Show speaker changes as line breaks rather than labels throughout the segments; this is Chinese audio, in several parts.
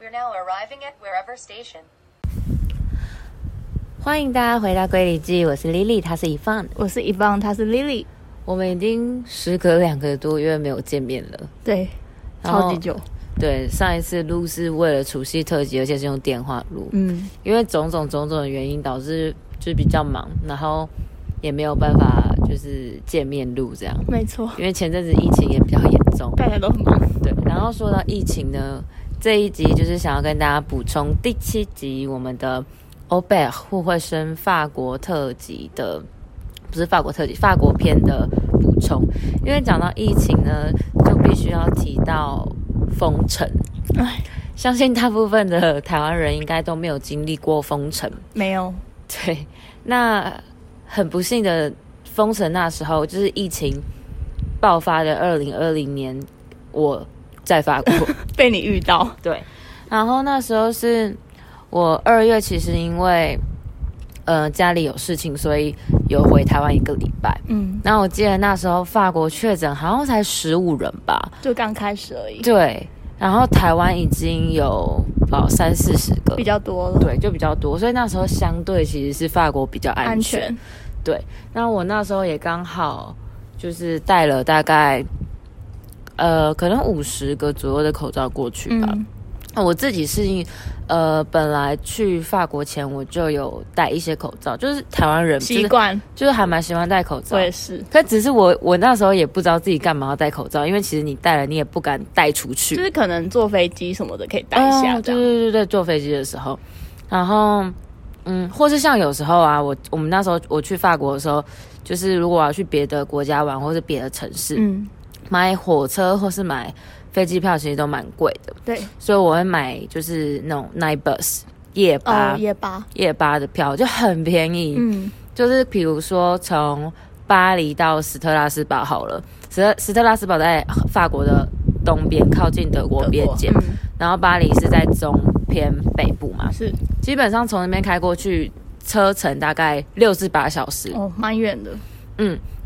We're now arriving at wherever station.
欢迎大家回到《归里记》，我是 Lily，她是 e v a n
我是 e v 她是 Lily，
我们已经时隔两个多月没有见面了。
对，
然后
超级久，
对，上一次录是为了除夕特辑，而且是用电话录，
嗯，
因为种种种种的原因导致就是比较忙，然后也没有办法就是见面录这样。
没错，
因为前阵子疫情也比较严重，
大家都很忙，
对。然后说到疫情呢，这一集就是想要跟大家补充第七集我们的欧贝尔互惠生法国特辑的，不是法国特辑，法国篇的补充。因为讲到疫情呢，就必须要提到封城。
哎，
相信大部分的台湾人应该都没有经历过封城，
没有，
对，那很不幸的，封城那时候就是疫情爆发的二零二零年，我在法国，
被你遇到，
对，然后那时候是我二月，其实因为呃家里有事情，所以有回台湾一个礼拜。
嗯，
那我记得那时候法国确诊好像才十五人吧，
就刚开始而已，
对，然后台湾已经有哦三四十个，
比较多了，
对，就比较多，所以那时候相对其实是法国比较
安
安全。
全，
那我那时候也刚好就是带了大概呃，可能五十个左右的口罩过去吧。
嗯，
我自己是呃，本来去法国前我就有带一些口罩，就是台湾人就
习
是
惯，
就是还蛮喜欢戴口罩
我。也是，
可只是我我那时候也不知道自己干嘛要戴口罩，因为其实你戴了你也不敢带出去
就。是可能坐飞机什么的可以带一下
哦
这
对
样，
对对对，坐飞机的时候，然后嗯，或是像有时候啊，我我们那时候我去法国的时候，就是如果我要去别的国家玩，或是别的城市，
嗯，
买火车或是买飞机票，其实都蛮贵的，
对，哦
所以我会买就是那种 night bus 夜巴、
哦，夜巴，
夜巴的票，就很便宜，
嗯，
就是比如说从巴黎到斯特拉斯堡好了，斯特斯特拉斯堡在法国的东边，靠近德国
德
边
国
界。
嗯
然后巴黎是在中偏北部嘛，
是，
基本上从那边开过去，车程大概六至八小时，
哦，蛮远的，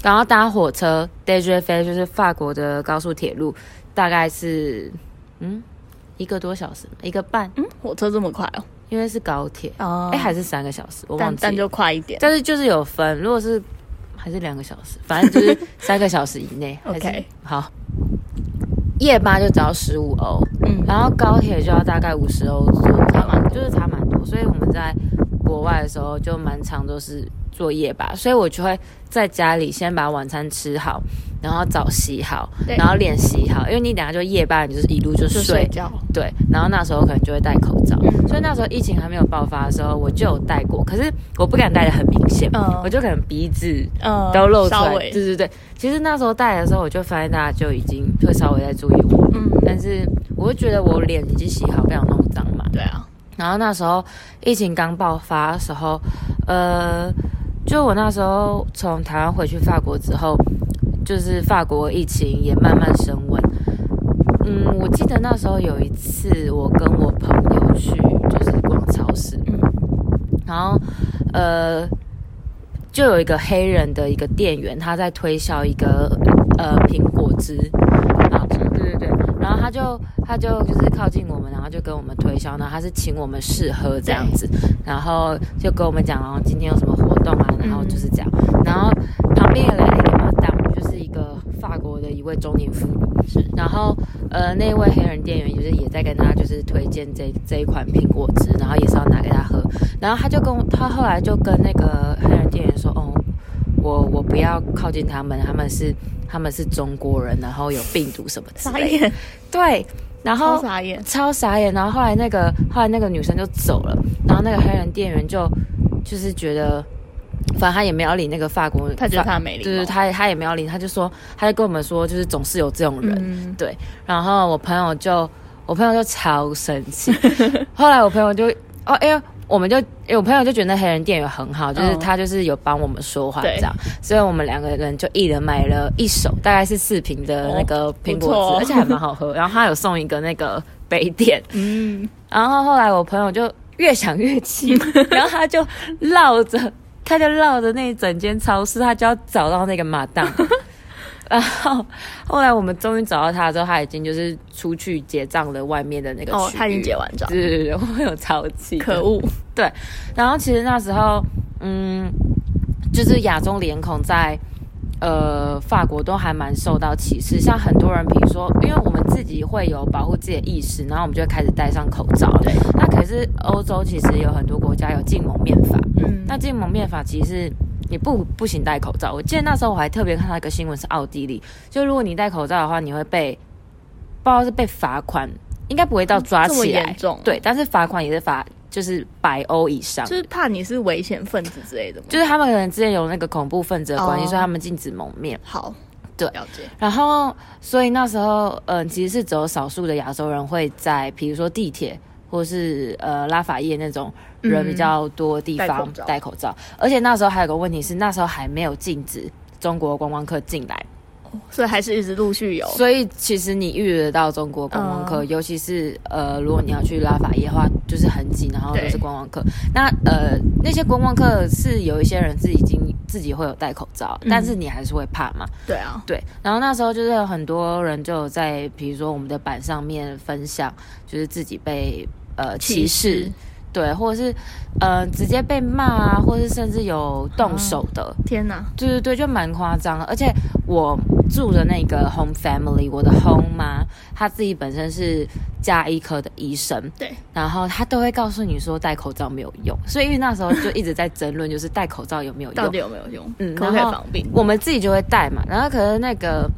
然后搭火车 d j 飞就是法国的高速铁路，大概是嗯一个多小时，一个半，
嗯，火车这么快哦，
因为是高铁，
哦
哎、还是三个小时，我忘
但
记
但
了，
就快一点
但是就是有分，如果是还是两个小时，反正就是三个小时以内还是
，OK，
好。夜巴就只要十五欧，
嗯，
然后高铁就要大概五十欧左右，
差蛮多
就是差蛮多。所以我们在国外的时候就蛮常都是做夜吧，所以我就会在家里先把晚餐吃好，然后澡洗好，
对嗯
然后脸洗好，因为你等下就夜班，你就是一路就
就
睡。
睡觉，
对，然后那时候可能就会戴口罩，
嗯
所以那时候疫情还没有爆发的时候，我就有戴过，可是我不敢戴的很明显，
嗯
我就可能鼻子
呃，
都露出
稍
来。
微
对，对对，其实那时候戴的时候，我就发现大家就已经会稍微在注意我，
嗯，
但是我会觉得我脸已经洗好，不想弄脏嘛。
对啊，
然后那时候疫情刚爆发的时候，呃，就我那时候从台湾回去法国之后，就是法国疫情也慢慢升温。嗯，我记得那时候有一次，我跟我朋友去就是逛超市，
嗯，
然后呃，就有一个黑人的一个店员，他在推销一个呃苹果汁，啊，对对对，然后他就他就就是靠近我们，然后就跟我们推销，然后他是请我们试喝这样子，然后就跟我们讲，然哦后今天有什么活动啊，然后就是这样，然后旁边也来了一个 madam，就是一个法国的一位中年妇女。然后，呃，那位黑人店员就是也在跟他就是推荐这这一款苹果汁，然后也是要拿给他喝。然后他就跟我他后来就跟那个黑人店员说：“哦，我我不要靠近他们，他们是他们是中国人，然后有病毒什么之
傻
类的。
眼，”
对，然
超
后
傻眼，
超傻眼。然后后来那个后来那个女生就走了，然后那个黑人店员就就是觉得，反正他也没有理那个法国，
他觉得
法
他没礼貌，
对对，他他也没有理，他就说他就跟我们说，就是总是有这种人。
嗯，
然后我朋友就，我朋友就超生 气。后来我朋友就，哦，哎呀，我们就，哎我朋友就觉得那黑人店员很好，就是
嗯
他就是有帮我们说话
对
这样，所以我们两个人就一人买了一手，大概是四瓶的那个苹果汁，
哦不错哦
而且还蛮好 喝。然后他有送一个那个杯垫，
嗯，
然后后来我朋友就越想越 气，然后他就 绕着，他就绕着那一整间超市，他就要找到那个马当。然后后来我们终于找到他之后，他已经就是出去结账了外面的那个
哦
区，域
他已经结完账，
对对对，我有超气，
可恶。
然后其实那时候，嗯，就是亚洲脸孔在呃法国都还蛮受到歧视，像很多人，比如说，因为我们自己会有保护自己的意识，然后我们就会开始戴上口罩。
对，
那可是欧洲其实有很多国家有禁蒙面法，
嗯，
那禁蒙面法其实你不不行戴口罩。我记得那时候我还特别看到一个新闻是奥地利，就如果你戴口罩的话，你会被不知道是被罚款，应该不会到抓
嗯这么
起来
严，重，，
对，但是罚款也是罚就是百欧以上，
就是怕你是危险分子之类的嘛。
就是他们可能之前有那个恐怖分子的关系，
哦
所以他们禁止蒙面。
好，
对
了解。
然后，所以那时候，嗯、其实是只有少数的亚洲人会在，比如说地铁或是呃拉法叶那种人比较多的地
嗯戴
方
口罩
戴口罩。而且那时候还有个问题是，那时候还没有禁止中国观光客进来，
所以还是一直陆续有，
所以其实你预约得到中国观光客，
哦嗯
尤其是呃，如果你要去拉法耶的话，就是很紧，然后都是观光客。那呃，那些观光客是有一些人是已经自己会有戴口罩，
嗯
但是你还是会怕嘛？
对啊，
对。然后那时候就是有很多人就有在，比如说我们的板上面分享，就是自己被呃歧视。
歧视
对，或者是，呃，直接被骂啊，或是甚至有动
嗯
手的，
天哪，
对对对，就蛮夸张的。而且我住的那个 home family，我的 home 妈，她自己本身是加医科的医生，
对，
然后她都会告诉你说戴口罩没有用，所以因为那时候就一直在争论，就是戴口罩有没有
到
用
底。有没有用？
嗯
可不可以
然后
防病？
我们自己就会戴嘛，然后可是那个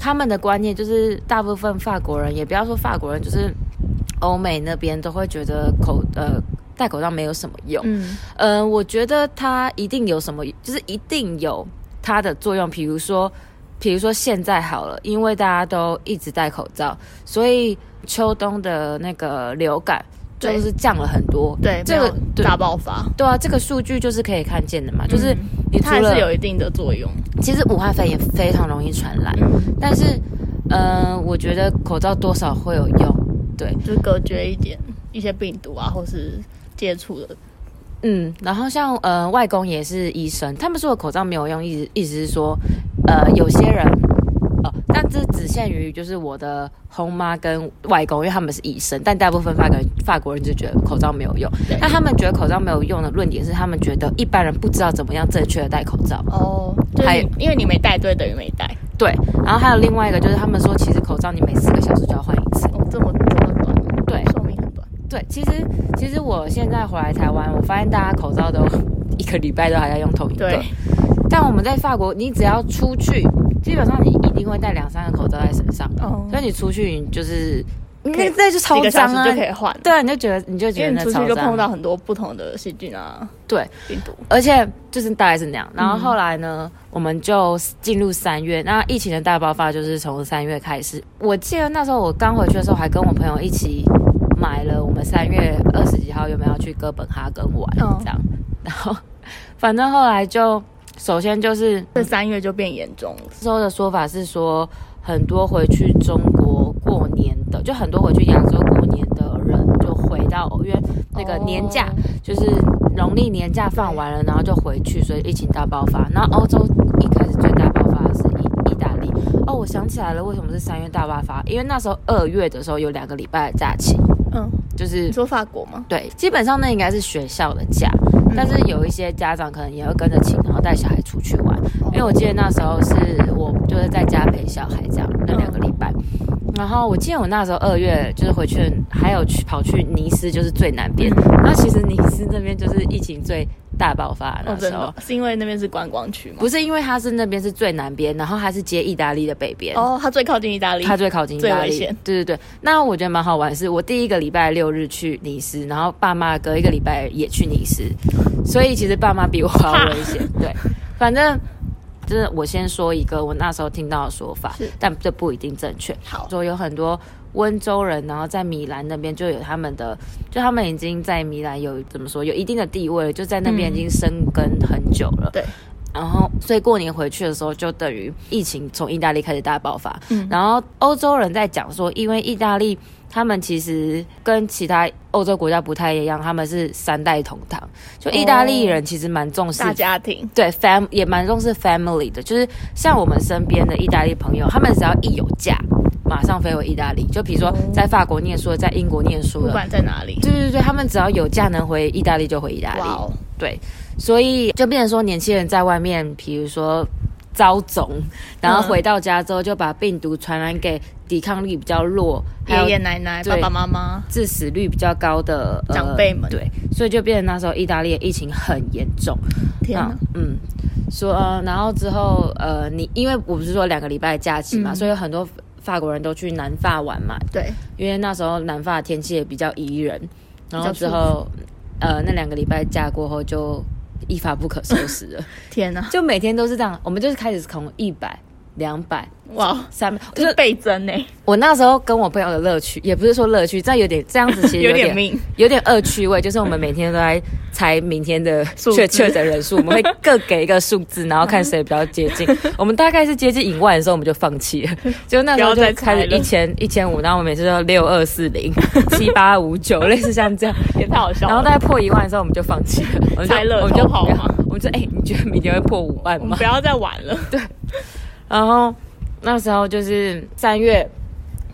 他们的观念就是，大部分法国人也不要说法国人，就是欧美那边都会觉得口呃戴口罩没有什么用，
嗯，
呃，我觉得它一定有什么，就是一定有它的作用。比如说，比如说现在好了，因为大家都一直戴口罩，所以秋冬的那个流感
对
就是降了很多。
对，
这个
没有
对
大爆发，
对啊，这个数据就是可以看见的嘛，就是
嗯
你除
它还
了
是有一定的作用。
其实武汉肺炎非常容易传染，
嗯，
但是呃，我觉得口罩多少会有用。对，
就是隔绝一点一些病毒啊，或是接触的，
嗯，然后像呃外公也是医生，他们说的口罩没有用，意思意思是说，呃有些人，呃，但这只限于就是我的红妈跟外公，因为他们是医生，但大部分法国人法国人就觉得口罩没有用。
对
那他们觉得口罩没有用的论点是，他们觉得一般人不知道怎么样正确的戴口罩。
哦，就是
还有
你因为你没戴，对等于没戴。
对，然后还有另外一个就是他们说，其实口罩你每四个小时就要换一次。
哦，这么这么短，
对
寿命很短。
对，其实其实我现在回来台湾，我发现大家口罩都 一个礼拜都还在用同一个
对。，
但我们在法国，你只要出去，基本上你一定会带两三个口罩在身上，
哦
所以你出去你就是那
可以
那就超
几个小
脏
时
啊
就，可以换，
对啊，你就觉得你就
因
觉
为
得
你
那
出
超
去就碰到
脏，
很多不同的细菌啊、
对，
病毒。
而且就是大概是那样。然后
嗯
后来呢，我们就进入三月，那疫情的大爆发就是从三月开始。我记得那时候我刚回去的时候，还跟我朋友一起买了我们三月二十几号有没有要去哥本哈根玩、
嗯
这样，然后反正后来就首先就是
这三月就变严重了，
那时候的说法是说，很多回去中国过年的，就很多回去亚洲过年的人，就回到因为那个年假，
哦
就是农历年假放完了，然后就回去，所以疫情大爆发。然后欧洲一开始最大爆发的是意意大利。哦，我想起来了，为什么是三月大爆发？因为那时候二月的时候有两个礼拜的假期，
嗯，
就是
你说法国吗？
对，基本上那应该是学校的假，
嗯
但是有一些家长可能也会跟着请，然后带小孩出去玩。
哦
因为我记得那时候是我就是在家陪小孩这样那两个礼拜，
嗯
然后我记得我那时候二月就是回去，还有去跑去尼斯，就是最南边。
嗯
然后其实尼斯那边就是疫情最大爆发
哦，
那
真
时候。
的是因为那边是观光区吗？
不是因为它是那边是最南边，然后它是接意大利的北边，
哦，它最靠近意大利，
它最靠近意大利
最危险。
对对对，那我觉得蛮好玩的是，我第一个礼拜六日去尼斯，然后爸妈隔一个礼拜也去尼斯，所以其实爸妈比我还要危险。 对，反正就是我先说一个我那时候听到的说法
是，
但这不一定正确。
好，
说有很多温州人，然后在米兰那边就有他们的，就他们已经在米兰有怎么说有一定的地位了，就在那边
嗯
已经生根很久了。
对，
然后所以过年回去的时候，就等于疫情从意大利开始大爆发。
嗯
然后欧洲人在讲说，因为意大利他们其实跟其他欧洲国家不太一样，他们是三代同堂。就意大利人其实蛮重视
哦大家庭，
对 fam 也蛮重视 family 的，就是像我们身边的意大利朋友，他们只要一有假，马上飞回意大利。就比如说在法国念书的，在英国念书
哦不
的，
管在哪里。
对对对，他们只要有假能回意大利就回意大利。
哇哦，
对，所以就变成说，年轻人在外面，比如说遭总，然
嗯
后回到家之后就把病毒传染给抵抗力比较弱，还
爷爷
有
奶奶、
对
爸爸妈妈，
致死率比较高的、呃
长辈们
对，所以就变成那时候意大利的疫情很严重。
天
那
哪！
嗯，说、呃然后之后呃，你因为我不是说两个礼拜的假期嘛，
嗯
所以有很多法国人都去南法玩嘛，
对，
因为那时候南法天气也比较宜人，然后之后呃那两个礼拜假过后就一发不可收拾了，
天哪！
就每天都是这样，我们就是开始从一百、两百、
哇哦，
三百，就
这
是
是倍 增呢，
我那时候跟我朋友的乐趣，也不是说乐趣，这样有点这样子其实
有
点
点命。
有点恶趣味，就是我们每天都在猜明天的
数
确
字
确诊人数，我们会各给一个数字，然后看谁比较接 近。我们大概是接近一万的时候，我们就放弃了，就那时候
不
就
要再
开
猜
始
了
一千一千五，然后我们每次都六二四 零、七八五九，类似像这样。
也太好笑了
然后大概破一万的时候，我们就放弃了，我们就
猜乐
我们就
透好
不要
吗
我们就哎、你觉得明天会破五万
我
吗
们不？要再玩 了。
然后那时候就是三月，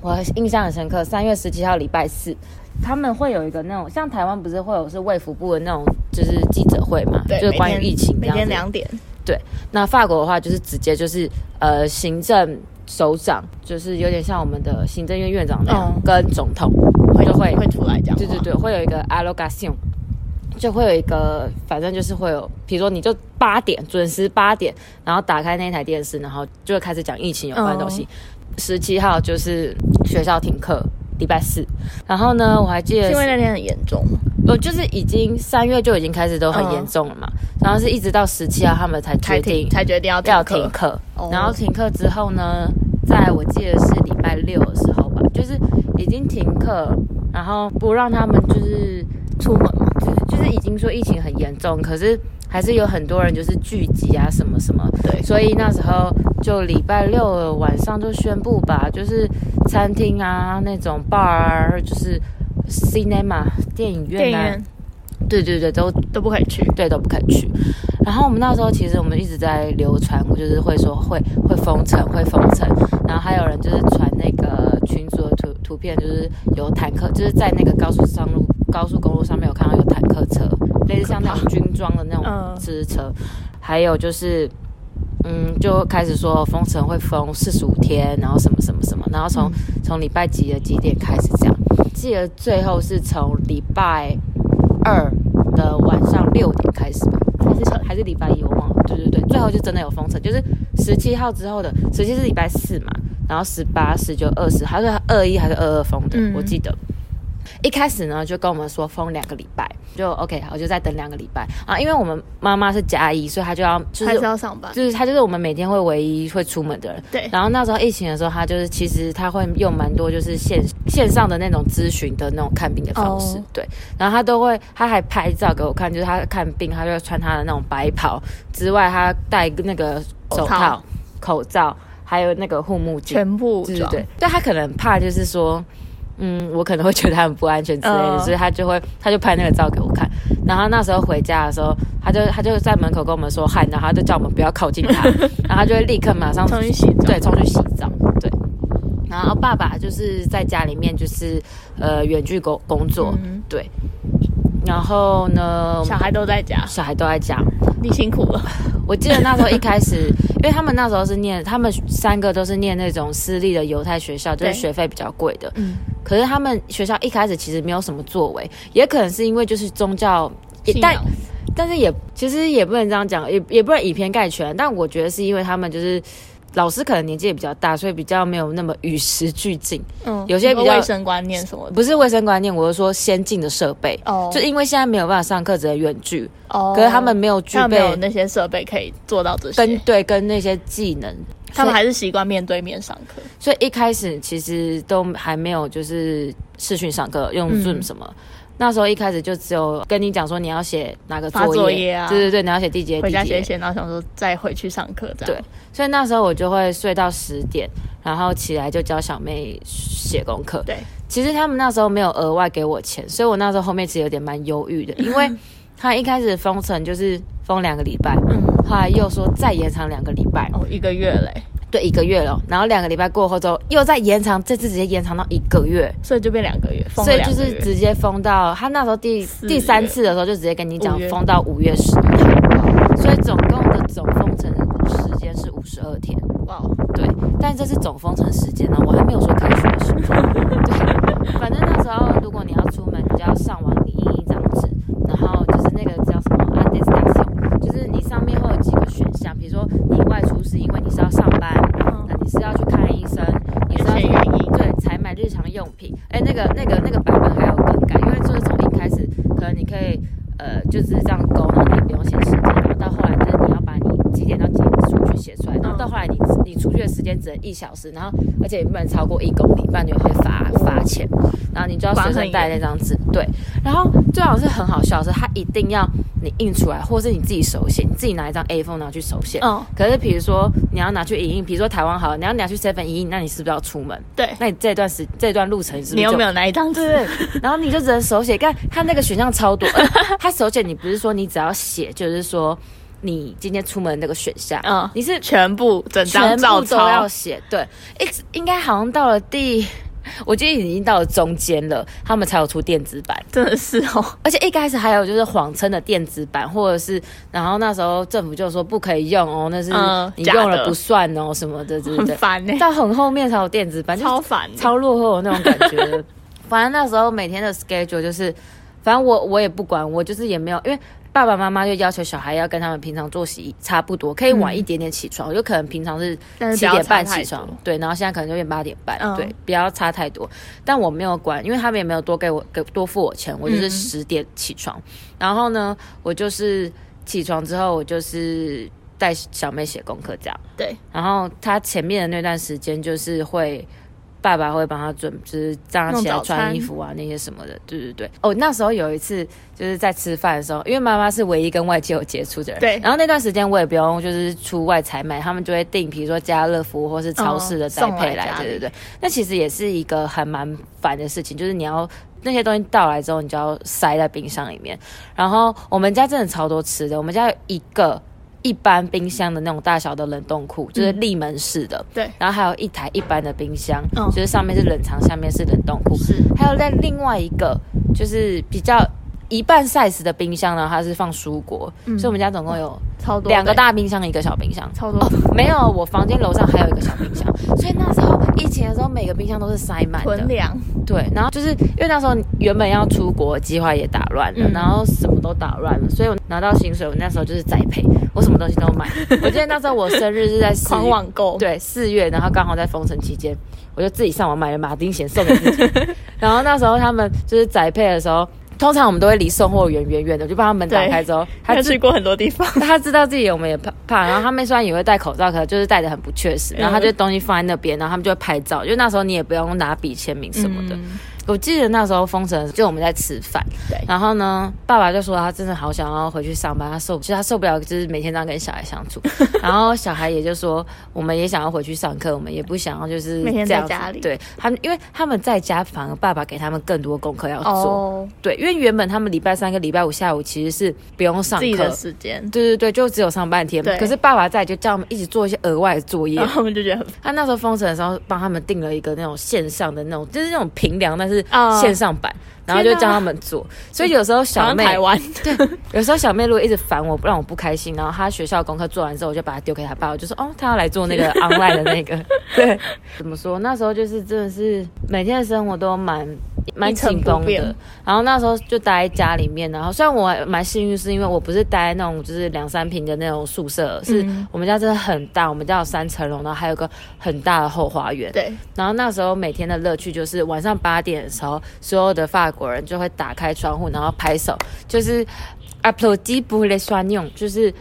我印象很深刻，三月十七号礼拜四，他们会有一个那种像台湾不是会有是卫福部的那种就是记者会嘛，
对，
就是关于
每天
疫情这
每
样
天
子。
两点，
对，那法国的话就是直接就是呃行政首长，就是有点像我们的行政院院长那样，
嗯
跟总统
会
就会
会出来讲话。
对对对，会有一个 allocation，就会有一个，反正就是会有，比如说你就八点准时八点，然后打开那台电视，然后就会开始讲疫情有关的东
哦
西。十七、号就是学校停课，礼拜四。然后呢，我还记得
是
是
因为那天很严重，
我就是已经三月就已经开始都很严重了嘛，然后是一直到十七号他们才决
才
定
停哦才决定要
要
课
停课
哦，
然后停课之后呢，在我记得是礼拜六的时候吧，就是已经停课，然后不让他们就是出门嘛，就是就是已经说疫情很严重，可是还是有很多人就是聚集啊什么什么，
对
所以那时候就礼拜六的晚上就宣布吧，就是餐厅啊那种 bar 啊就是 cinema 电影院
电影
啊，
院
对对对，都
都不可以去。
对都不肯去。然后我们那时候其实我们一直在流传，我就是会说会会封城，会封城。然后还有人就是传那个群组的图图片，就是有坦克，就是在那个高速上路、高速公路上面有看到有坦克车，类似像那种军装的那种
嗯
支车。还有就是，嗯，就开始说封城会封四十五天，然后什么什么什么，然后从从礼拜几的几点开始这样。记得最后是从礼拜二的晚上六点开始吧，还是还是礼拜一我忘了。对对对，最后就真的有封城，就是十七号之后的，十七是礼拜四嘛，然后十八、十九、二十，还是二一还是二二封的，
嗯
我记得。一开始呢，就跟我们说封两个礼拜，就 OK，好我就再等两个礼拜啊。因为我们妈妈是加一，所以她就要就
还
是
是要上班，
就是她就是我们每天会唯一会出门的人。
对
然后那时候疫情的时候，她就是其实她会用蛮多就是线线上的那种咨询的那种看病的方式
哦
对。然后她都会，她还拍照给我看，就是她看病，她就会穿她的那种白袍之外，她戴那个手
口套
套、口罩，还有那个护目镜，
全部
对对
装
对，但他可能怕就是说，嗯，我可能会觉得他很不安全之类的，
嗯
所以他就会他就拍那个照给我看。然后他那时候回家的时候，他就他就在门口跟我们说嗨，然后他就叫我们不要靠近 他，然后他就会立刻马上
重新洗澡。
对，冲去洗澡，对。然后爸爸就是在家里面就是呃远距工工作，
嗯
对。然后呢，
小孩都在家，
小孩都在家，
嗯你辛苦了。
我记得那时候一开始，因为他们那时候是念，他们三个都是念那种私立的犹太学校，就是
对
学费比较贵的。
嗯，
可是他们学校一开始其实没有什么作为，也可能是因为就是宗教，也
信
但
仰
但是也其实也不能这样讲，也也不能以偏概全。但我觉得是因为他们就是老师可能年纪也比较大，所以比较没有那么与时俱进，
嗯
有些比较
什么卫生观念什么的。
不是卫生观念，我是说先进的设备。
哦
就因为现在没有办法上课，只能远距，
哦
可是他们没有具
他们没有
备
那些设备可以做到这
跟
些，
对跟那些技能，
他们还是习惯面对面上课。
所以一开始其实都还没有就是视讯上课用
嗯
Zoom 什么。那时候一开始就只有跟你讲说你要写哪个
发
作业，
作业啊
对对对，你要写第几页，
回家
第几页
写一写，然后想说再回去上课这样。
对，所以那时候我就会睡到十点，然后起来就教小妹写功课。
对，
其实他们那时候没有额外给我钱，所以我那时候后面其实有点蛮忧郁的， 因为他一开始封城就是封两个礼拜，后来又说再延长两个礼拜，
嗯哦，一个月嘞，
对，一个月了。然后两个礼拜过后之后又再延长，这次直接延长到一个月，
所以就变两个月，封
所
了
以
两
就
个
是
月
直接封到他那时候第
四
第三
月
次的时候就直接跟你讲
五月
封到五月十一号，所以总共的总封城时间是五十二天。
哇，
对，但这是总封城时间呢，哦我还没有说开学的时候。对，反正那时候如果你要出门，你就要上网印一张纸，然后就是那个叫什么 a d e s t a c i o 就是你上面会有几个选项，比如说你外出是因为你是要上班，
嗯
那你是要去看医生，你是
这
要
些
去
原因
对采买日常用品。哎，那个那个那个版本还有更改，因为就是从一开始可能你可以呃就是这样勾，然后你也不用写时间，然后到后来就是你要把你几点到几点出去写出来，然后到后来你你出去的时间只能一小时，然后而且也不能超过一公里，不然你会被罚罚钱，然后你就要随身带那张纸。对，然后最好是很好笑的是，它一定要你印出来，或是你自己手写，你自己拿一张 A4 拿去手写。
嗯，
可是，比如说你要拿去影印，比如说台湾好了，你要拿去 Seven 影印，那你是不是要出门？
对，
那你这段时这段路程是不是
你有
就
没有拿一张纸？
对， 然后你就只能手写。看他那个选项超 多，呃他手写你不是说你只要写，就是说你今天出门那个选项，
嗯
你是
全部整
全
张照
部都要
抄，
写。对，一直应该好像到了第，我记得已经到了中间了，他们才有出电子版。
真的是哦，
而且一开始还有就是谎称的电子版，或者是然后那时候政府就说不可以用哦，那是
嗯
你
假的
用了不算哦什么的，对不
很
对？
烦呢，
到很后面才有电子版，就是
超烦欸的，
超落后的那种感觉。反正那时候每天的 schedule 就是，反正我我也不管，我就是也没有，因为爸爸妈妈就要求小孩要跟他们平常作息差不多，可以晚一点点起床，有可能平常是
嗯但是
七
不要
点半
差太
起床
多，
对，然后现在可能就变八点半，
嗯
对，不要差太多。但我没有管，因为他们也没有多给我给多付我钱，我就是十点起床，然后呢，我就是起床之后，我就是带小妹写功课这样。
对，
然后他前面的那段时间就是会。爸爸会帮他准，就是让他起来
弄早餐
穿衣服啊，那些什么的，对对对。哦，那时候有一次就是在吃饭的时候，因为妈妈是唯一跟外界有接触的人，
对
然后那段时间我也不用就是出外采买，他们就会订，比如说家乐福或是超市的
嗯
宅配
送来
来，
家里
对对对。那其实也是一个还蛮烦的事情，就是你要那些东西到来之后，你就要塞在冰箱里面。然后我们家真的超多吃的，我们家有一个一般冰箱的那种大小的冷冻库，就是
嗯
立门式的。
对
然后还有一台一般的冰箱，
嗯
就是上面是冷藏，下面是冷冻库。
是
还有在另外一个就是比较一半 size 的冰箱呢，它是放蔬果，
嗯
所以我们家总共有
超多的
两个，大冰箱，一个小冰箱。
超多
哦，没有，我房间楼上还有一个小冰箱，所以那时候疫情的时候，每个冰箱都是塞满的
囤。粮，
对，然后就是因为那时候原本要出国计划也打乱了，
嗯
然后什么都打乱了，所以我拿到薪水，我那时候就是栽培，我什么东西都 买。我记得那时候我生日是在四
狂
月
网购，，
对，四月，然后刚好在封城期间，我就自己上网买了马丁鞋送给自 己。然后那时候他们就是宅配的时候，通常我们都会离送货员远远的，我就帮他们打
对
开之后，他
他
自
去过很多地方，
他知道自己有没有怕怕，然后他们虽然也会戴口罩，可能就是戴的很不确 实，然后他就东西放在那边，然后他们就会拍照，就那时候你也不用拿笔签名什么的。
嗯
我记得那时候封城，就我们在吃饭，
对
然后呢，爸爸就说他真的好想要回去上班，他受，其实他受不了，就是每天这样跟小孩相 处。然后小孩也就说，我们也想要回去上课，我们也不想要就是
每天
这
在
样子
家里
对他们，因为他们在家，反而爸爸给他们更多功课要做。
哦，
对，因为原本他们礼拜三跟礼拜五下午其实是不用上
自己
课
的。时间，
对对对，就只有上半天
对。哦
可是爸爸在，就叫他们一起做一些额外的作业
然。后我们就觉得很
他那时候封城的时候，帮他们订了一个那种线上的那种，就是那种平凉，但是
啊
线上版，然后就叫他们做。所以有时候小
像
妹，
台 湾，
有时候小妹如果一直烦我，不让我不开心，然后她学校功课做完之后，我就把她丢给她爸，我就说哦，她要来做那个 online 的那个。对，怎么说？那时候就是真的是每天的生活都蛮蛮
一成
紧
不
绷
变
的。然后那时候就待在家里面，然后虽然我蛮幸运，是因为我不是待在那种就是两三平的那种宿舍，是
嗯
我们家真的很大，我们家有三层楼，然后还有个很大的后花园。
对，
然后那时候每天的乐趣就是晚上八点的时候，所有的法国人就会打开窗户，然后拍手，就是 a p p l a u d i b o u l e s o i g n o n 就是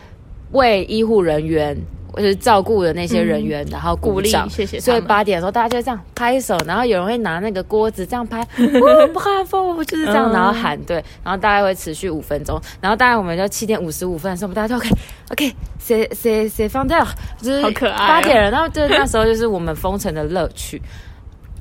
为医护人员、就是照顾的那些人员，然后鼓
嗯鼓励
掌，
谢谢他
所以
们
八点的时候大家就这样拍手，然后有人会拿那个锅子这样 拍哦 bravo，就是这样，
嗯
然后喊对，然后大概会持续五分钟，然后大概我们就七点五十五分的时候，我们大家就 OK OK，谁谁谁放掉，就是
好可爱哦
八点了，然后就是那时候就是我们封城的乐 趣。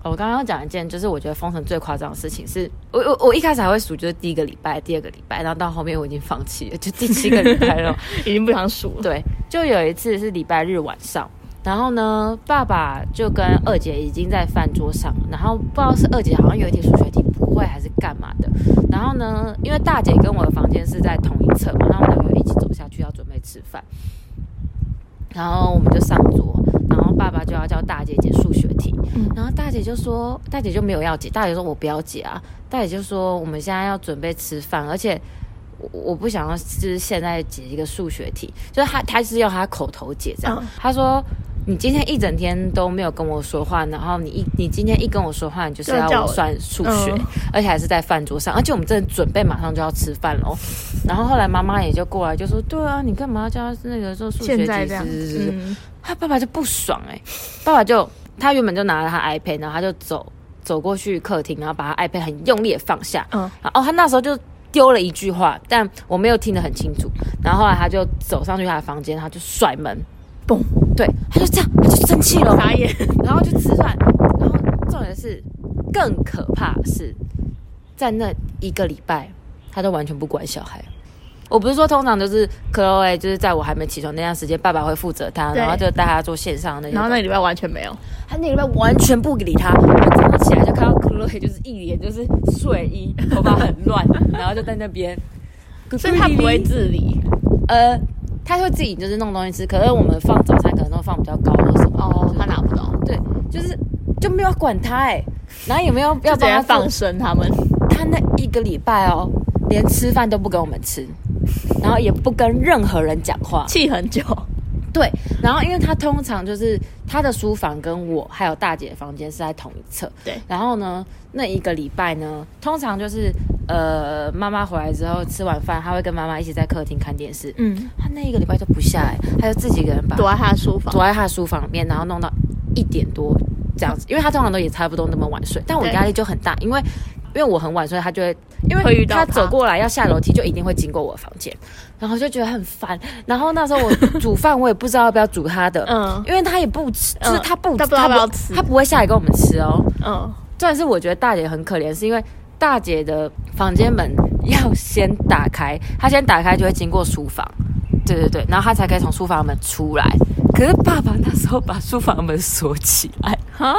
哦我刚刚要讲一件，就是我觉得封城最夸张的事情是，我我我一开始还会数，就是第一个礼拜、第二个礼拜，然后到后面我已经放弃了，就第七个礼拜 了。
已经不想数了。
对，就有一次是礼拜日晚上，然后呢，爸爸就跟二姐已经在饭桌上，然后不知道是二姐好像有一题数学题不会还是干嘛的，然后呢，因为大姐跟我的房间是在同一侧嘛，然后我们两个一起走下去要准备吃饭，然后我们就上桌，然后爸爸就要叫大姐解数学题，
嗯
然后大姐就说，大姐就没有要解，大姐说我不要解啊，大姐就说我们现在要准备吃饭，而且我我不想要就是现在解一个数学题，就是她她是用她口头解这样
嗯，
她、说。你今天一整天都没有跟我说话，然后你一你今天一跟我说话，你就是
就
要
叫
我
我
算数学，
嗯
而且还是在饭桌上，而且我们真的准备马上就要吃饭喽。然后后来妈妈也就过来就说：“对啊，你干嘛要叫他那个做数学题？”
现在这样，
是是是
嗯，
他爸爸就不爽哎、爸爸就他原本就拿了他 iPad，然后他就走走过去客厅，然后把他 iPad 很用力的放下，
嗯
然后哦，他那时候就丢了一句话，但我没有听得很清楚。然后后来他就走上去他的房间，他就甩门，
嘣，
对，他就这样，他就生气了，
傻眼，
然后就吃饭，然后重点是更可怕的是，在那一个礼拜，他都完全不管小孩。我不是说通常就是 Chloe，就是在我还没起床那段时间，爸爸会负责他，
对
然后就带他做线上的那些
然后
东
那
西
个礼拜完全没有，
他那个礼拜完全不理他。我早上起来就看到 Chloe 就是一脸就是睡衣，头发很 乱，然后就在那边，
所以他不会自理。
呃，他会自己就是弄东西吃，可是我们放早餐可能都放比较高或什么的，
哦
就，是
他拿不到，
对，就是就没有管他哎、然后也没有要
就直
帮
接
他
放生他哦们。
他那一个礼拜哦，连吃饭都不跟我们吃，然后也不跟任何人讲话。
气很久，
对，然后因为他通常就是他的书房跟我还有大姐的房间是在同一侧，
对
然后呢，那一个礼拜呢，通常就是呃妈妈回来之后吃完饭，他会跟妈妈一起在客厅看电视。
嗯，
他那一个礼拜都不下来，他就自己一个人把
躲在他的书房，
躲在他的书房里面，然后弄到一点多这样子，因为他通常都也差不多那么晚睡，但我
对
压力就很大，因为因为我很晚睡，他就会因
会
为
遇到
他
他
走过来要下楼梯就一定会经过我房间，然后就觉得很烦。然后那时候我煮饭，我也不知道要不要煮他的，
嗯
因为他也不吃，就是
嗯
他不、
他不知道要不要吃
他不会下来跟我们吃哦。
嗯，
重点是我觉得大姐很可怜，是因为大姐的房间门要先打开，她先打开就会经过书房，对对对，然后她才可以从书房门出来。可是爸爸那时候把书房门锁起来，
哈，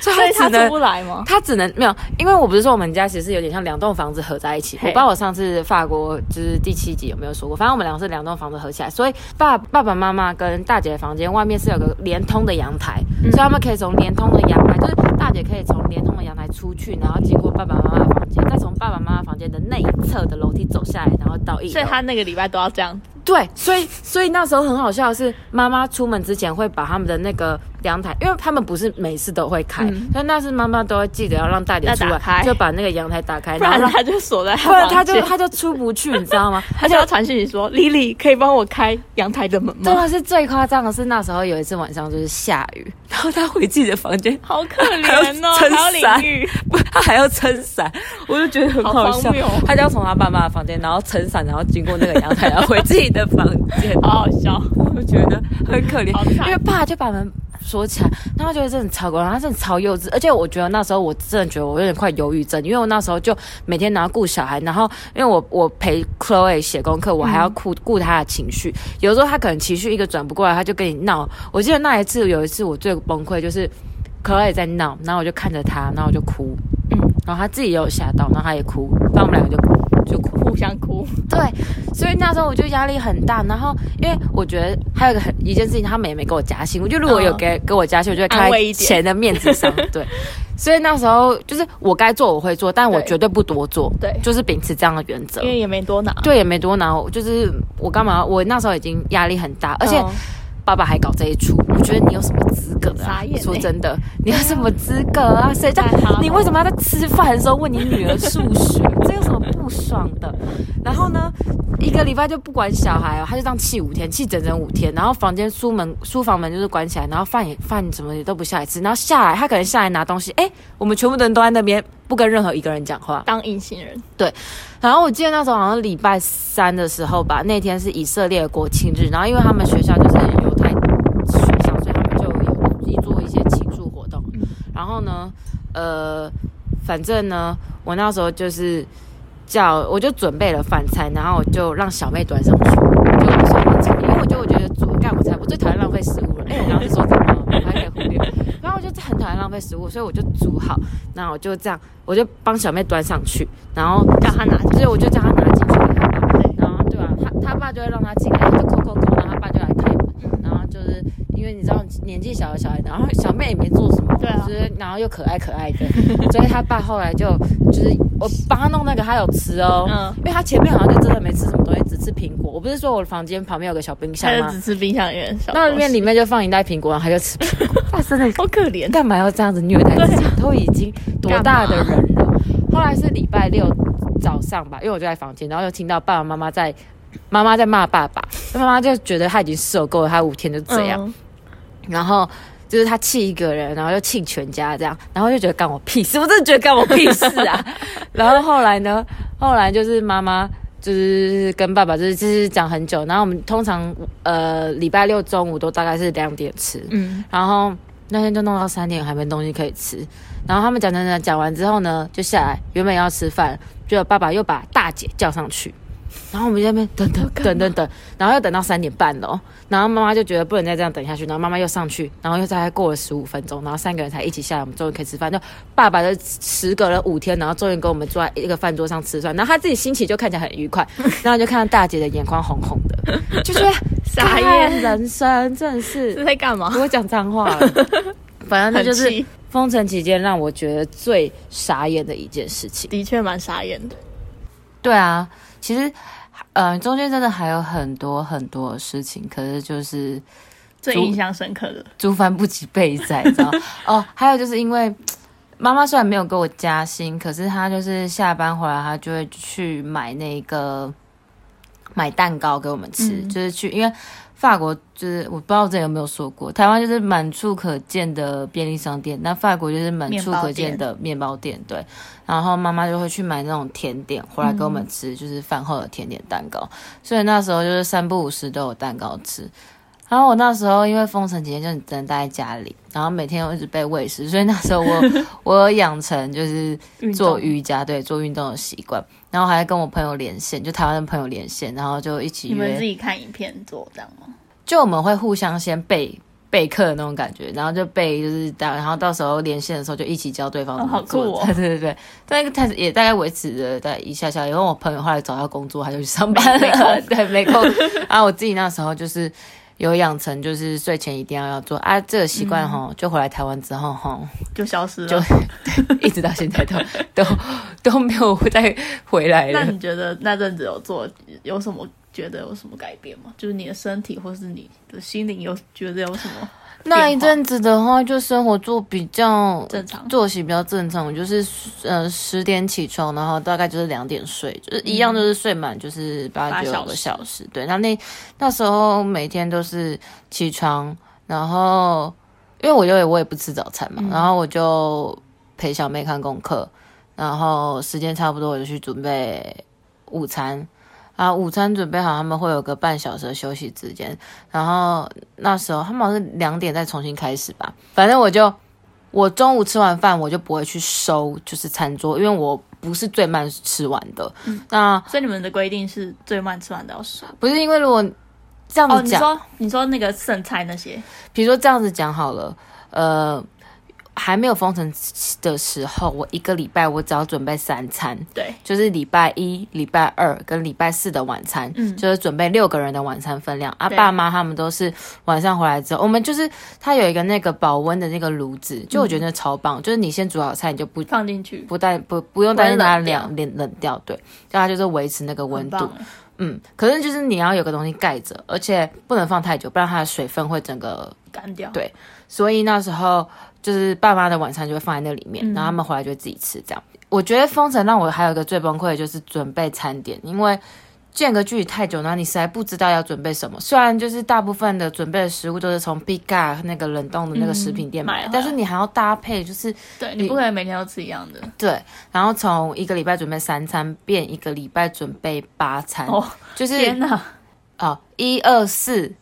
所以
所以
他
他
只能
出不来吗？
他只能没有，因为我不是说我们家其实是有点像两栋房子合在一起。我
嘿
不知道我上次法国就是第七集有没有说过，反正我们俩是两栋房子合起来，所以爸爸爸妈妈跟大姐的房间外面是有个连通的阳台，
嗯
所以他们可以从连通的阳台，就是大姐可以从连通的阳台出去，然后经过爸爸妈妈的房间，再从爸爸妈妈房间的那一侧的楼梯走下来，然后到一楼。
所以他那个礼拜都要这样，
对，所以所以那时候很好笑的是，妈妈出门之前会把他们的那个阳台，因为他们不是每次都会开，所以那次妈妈都会记嗯得要让大姐出
要
来，
打开
就把那个阳台打开，
不
然后
然
让
他就锁在
不然他
他
就
就
他就出不去，你知道 吗？
他就要传讯息说：“Lily，可以帮我开阳台的门
真
吗
的是最夸张的是，那时候有一次晚上就是下雨， 然后他回自己的房间？”，
好可怜哦，
还要撑
还要淋雨，
不，他还要撑伞，我就觉得很
好
好
荒
笑
谬。
他就要从他爸妈的房间，然后撑伞，然后经过那个阳台，然后回自己的房间。
好好笑。
我觉得很可怜
好，
因
惨
为爸就把门锁起来，然后觉得真的超过，然后他真的超幼稚，而且我觉得那时候我真的觉得我有点快忧郁症，因为我那时候就每天然后顾小孩，然后 因为我我陪 Chloe 写功课，我还要顾顾她的情绪，有时候她可能情绪一个转不过来，她就跟你闹。我记得那一次有一次我最崩溃就是 Chloe 在闹，然后我就看着她，然后我就哭，嗯
嗯，
然后她自己也有吓到，然后她也哭，然后我们两个就哭就哭。
互相哭，
对，所以那时候我就压力很大。然后，因为我觉得还有一个很一件事情，他们也没给我加薪。我觉得如果有给、给我加薪，我就会看
嗯安
在
慰一点
钱的面子上。 对，所以那时候就是我该做我会做，但我
对
绝对不多做。
对
就是秉持这样的原则
因。为也没多拿。
对，也没多拿，就是我干嘛？我那时候已经压力很大，而且
嗯
爸爸还搞这一出，我觉得你有什么资格啊
傻？眼欸
说真的，你有什么资格啊？谁叫
在哈喽
你为什么要在吃饭的时候问你女儿数学？这有什么不爽的？然后呢，一个个礼拜就不管小孩哦，他就这样气五天，气整整五天，然后房间书门书房门就是关起来，然后饭也饭什么也都不下来吃，然后下来他可能下来拿东西，哎，我们全部的人都在那边，不跟任何一个人讲话。
当隐形人，
然后我记得那时候好像礼拜三的时候吧，那天是以色列的国庆日，然后因为他们学校就是犹太学校，所以他们就有做一些庆祝活动。
嗯
然后呢，呃，反正呢，我那时候就是叫我就准备了饭菜，然后我就让小妹端上去，就我小妹吃，因为我觉得我觉得煮干我才我最讨厌浪费食物了。哎，我刚刚是说这个吗，我还可以忽略。然后我就很讨厌浪费食物，所以我就煮好，然后我就这样，我就帮小妹端上去，然后
叫他拿进去
所以我就叫他拿进去给他爸，
对
然后对啊，他他爸就会让他进来，他就扣扣扣，然后他爸就来开门，
嗯
然后就是因为你知道年纪小的小孩，然后小妹也没做什么，
对啊
就是然后又可爱可爱的， 所以他爸后来就就是我帮他弄那个，他有吃哦，
嗯
因为他前面好像就真的没吃什么东西，只吃苹果。我不是说我房间旁边有个小冰箱
他就
吗
只？吃冰箱里面的小
那
东
里面
西
里面就放一袋苹果，然后他就 吃苹果，哇，真的
好可怜，
干嘛要这样子虐待自己？都已经多大的人了。后来是礼拜六早上吧，因为我就在房间，然后又听到爸爸妈妈在妈妈在骂爸爸，妈妈就觉得他已经受够了，他五天就这样，
嗯
然后。就是他气一个人，然后又气全家这样，然后就觉得干我屁事，我 真的觉得干我屁事啊！ 然后后来呢，后来就是妈妈就是跟爸爸就是就是讲很久，然后我们通常呃礼拜六中午都大概是两点吃，
嗯，
然后那天就弄到三点，还没东西可以吃。然后他们讲讲讲讲完之后呢，就下来，原本要吃饭，结果爸爸又把大姐叫上去，然后我们在那边等等 等等等，然后又等到三点半了哦，然后妈妈就觉得不能再这样等下去，然后妈妈又上去，然后又大概过了十五分钟，然后三个人才一起下来，我们终于可以吃饭。就爸爸就时隔了五天，然后终于跟我们坐在一个饭桌上吃饭，然后他自己心情就看起来很愉 快，然后就看到大姐的眼眶红红的，就觉得
傻
看
眼，
人生真的是
这在 干嘛？
我讲脏话了。反正那就
很
是
气
封城期间让我觉得最傻眼的一件事情。
的确蛮傻眼的，
对啊，其实，
呃
嗯、中间真的还有很多很多的事情，可是就是
最印象深刻的，
猪翻不及被宰，你知 道吗？哦，还有就是因为妈妈虽然没有给我加薪，可是她就是下班回来，她就会去买那个买蛋糕给我们吃，
嗯
就是去因为。法国就是我不知道这有没有说过，台湾就是满处可见的便利商店，那法国就是满处可见的面包店，对。然后妈妈就会去买那种甜点回来给我们吃，就是饭后的甜点蛋糕。所以那时候就是三不五时都有蛋糕吃。然后我那时候因为封城期间就只能待在家里，然后每天又一直被喂食，所以那时候 我我有养成就是
运动
做瑜伽，对，做运动的习惯。然后还跟我朋友连线，就台湾的朋友连线，然后就一起
你们自
约，
己看影片做这样吗？
就我们会互相先背备课的那种感觉，然后就背就是大，然后到时候连线的时候就一起教对方
哦
怎么
好
做。
酷哦
对对对，但那个他也大概维持了大概一下下，因为我朋友后来找到工作，他就去上班
没
了
空，
对，没空。然后我自己那时候就是。有养成就是睡前一定要要做啊，这个习惯
嗯
哈，就回来台湾之后哈，
就消失
就
了。
一直到现在都都 都没有再回来
那
了。
你觉得那阵子有做有什么觉得有什么改变吗？就是你的身体或是你的心灵有觉得有什么
那一阵子的话，就生活做比较
正常？
作息比较正常，我就是呃十点起床，然后大概就是两点睡，就是一
嗯
样就是睡满就是八
八
九
小
个
时
小时。对，那那那时候每天都是起床，然后因为我就也我也不吃早餐嘛，然后我就陪小妹看功课，然后时间差不多我就去准备午餐。啊，午餐准备好，他们会有个半小时的休息时间，然后那时候他们好像是两点再重新开始吧。反正我就我中午吃完饭，我就不会去收就是餐桌，因为我不是最慢吃完的。那
所以你们的规定是最慢吃完都要数
不是因为如果这样
哦？
子
你
讲，
说你说那个剩菜那些，
比如说这样子讲好了，呃，还没有封城的时候，我一个礼拜我只要准备三餐，
对，
就是礼拜一、礼拜二跟礼拜四的晚餐，
嗯
就是准备六个人的晚餐分量。啊，
对
爸妈他们都是晚上回来之后，我们就是它有一个那个保温的那个炉子，
嗯
就我觉得那超棒，就是你先煮好菜，你就不
放进去，
不带不不用担心
不会
它
冷掉
凉冷冷掉，对，就它就是维持那个温
很
度
棒。欸
嗯，可是就是你要有个东西盖着，而且不能放太久，不然它的水分会整个。
干掉。
对所以那时候就是爸妈的晚餐就会放在那里面，
嗯
然后他们回来就会自己吃这样。我觉得封城让我还有一个最崩溃的就是准备餐点，因为
间隔距离太久，然后你实在不知道要准备什么。虽然就是大部分的准备的食物都是从 Big g a 那个冷冻的那个食品店
嗯
买，
买
但
回
是
来
你还要搭配，就是
对你
你
不可以每天都吃一样的
对，然后从一个礼拜准备三餐变一个礼拜准备八餐，
哦。
就是
天哪，
哦一二四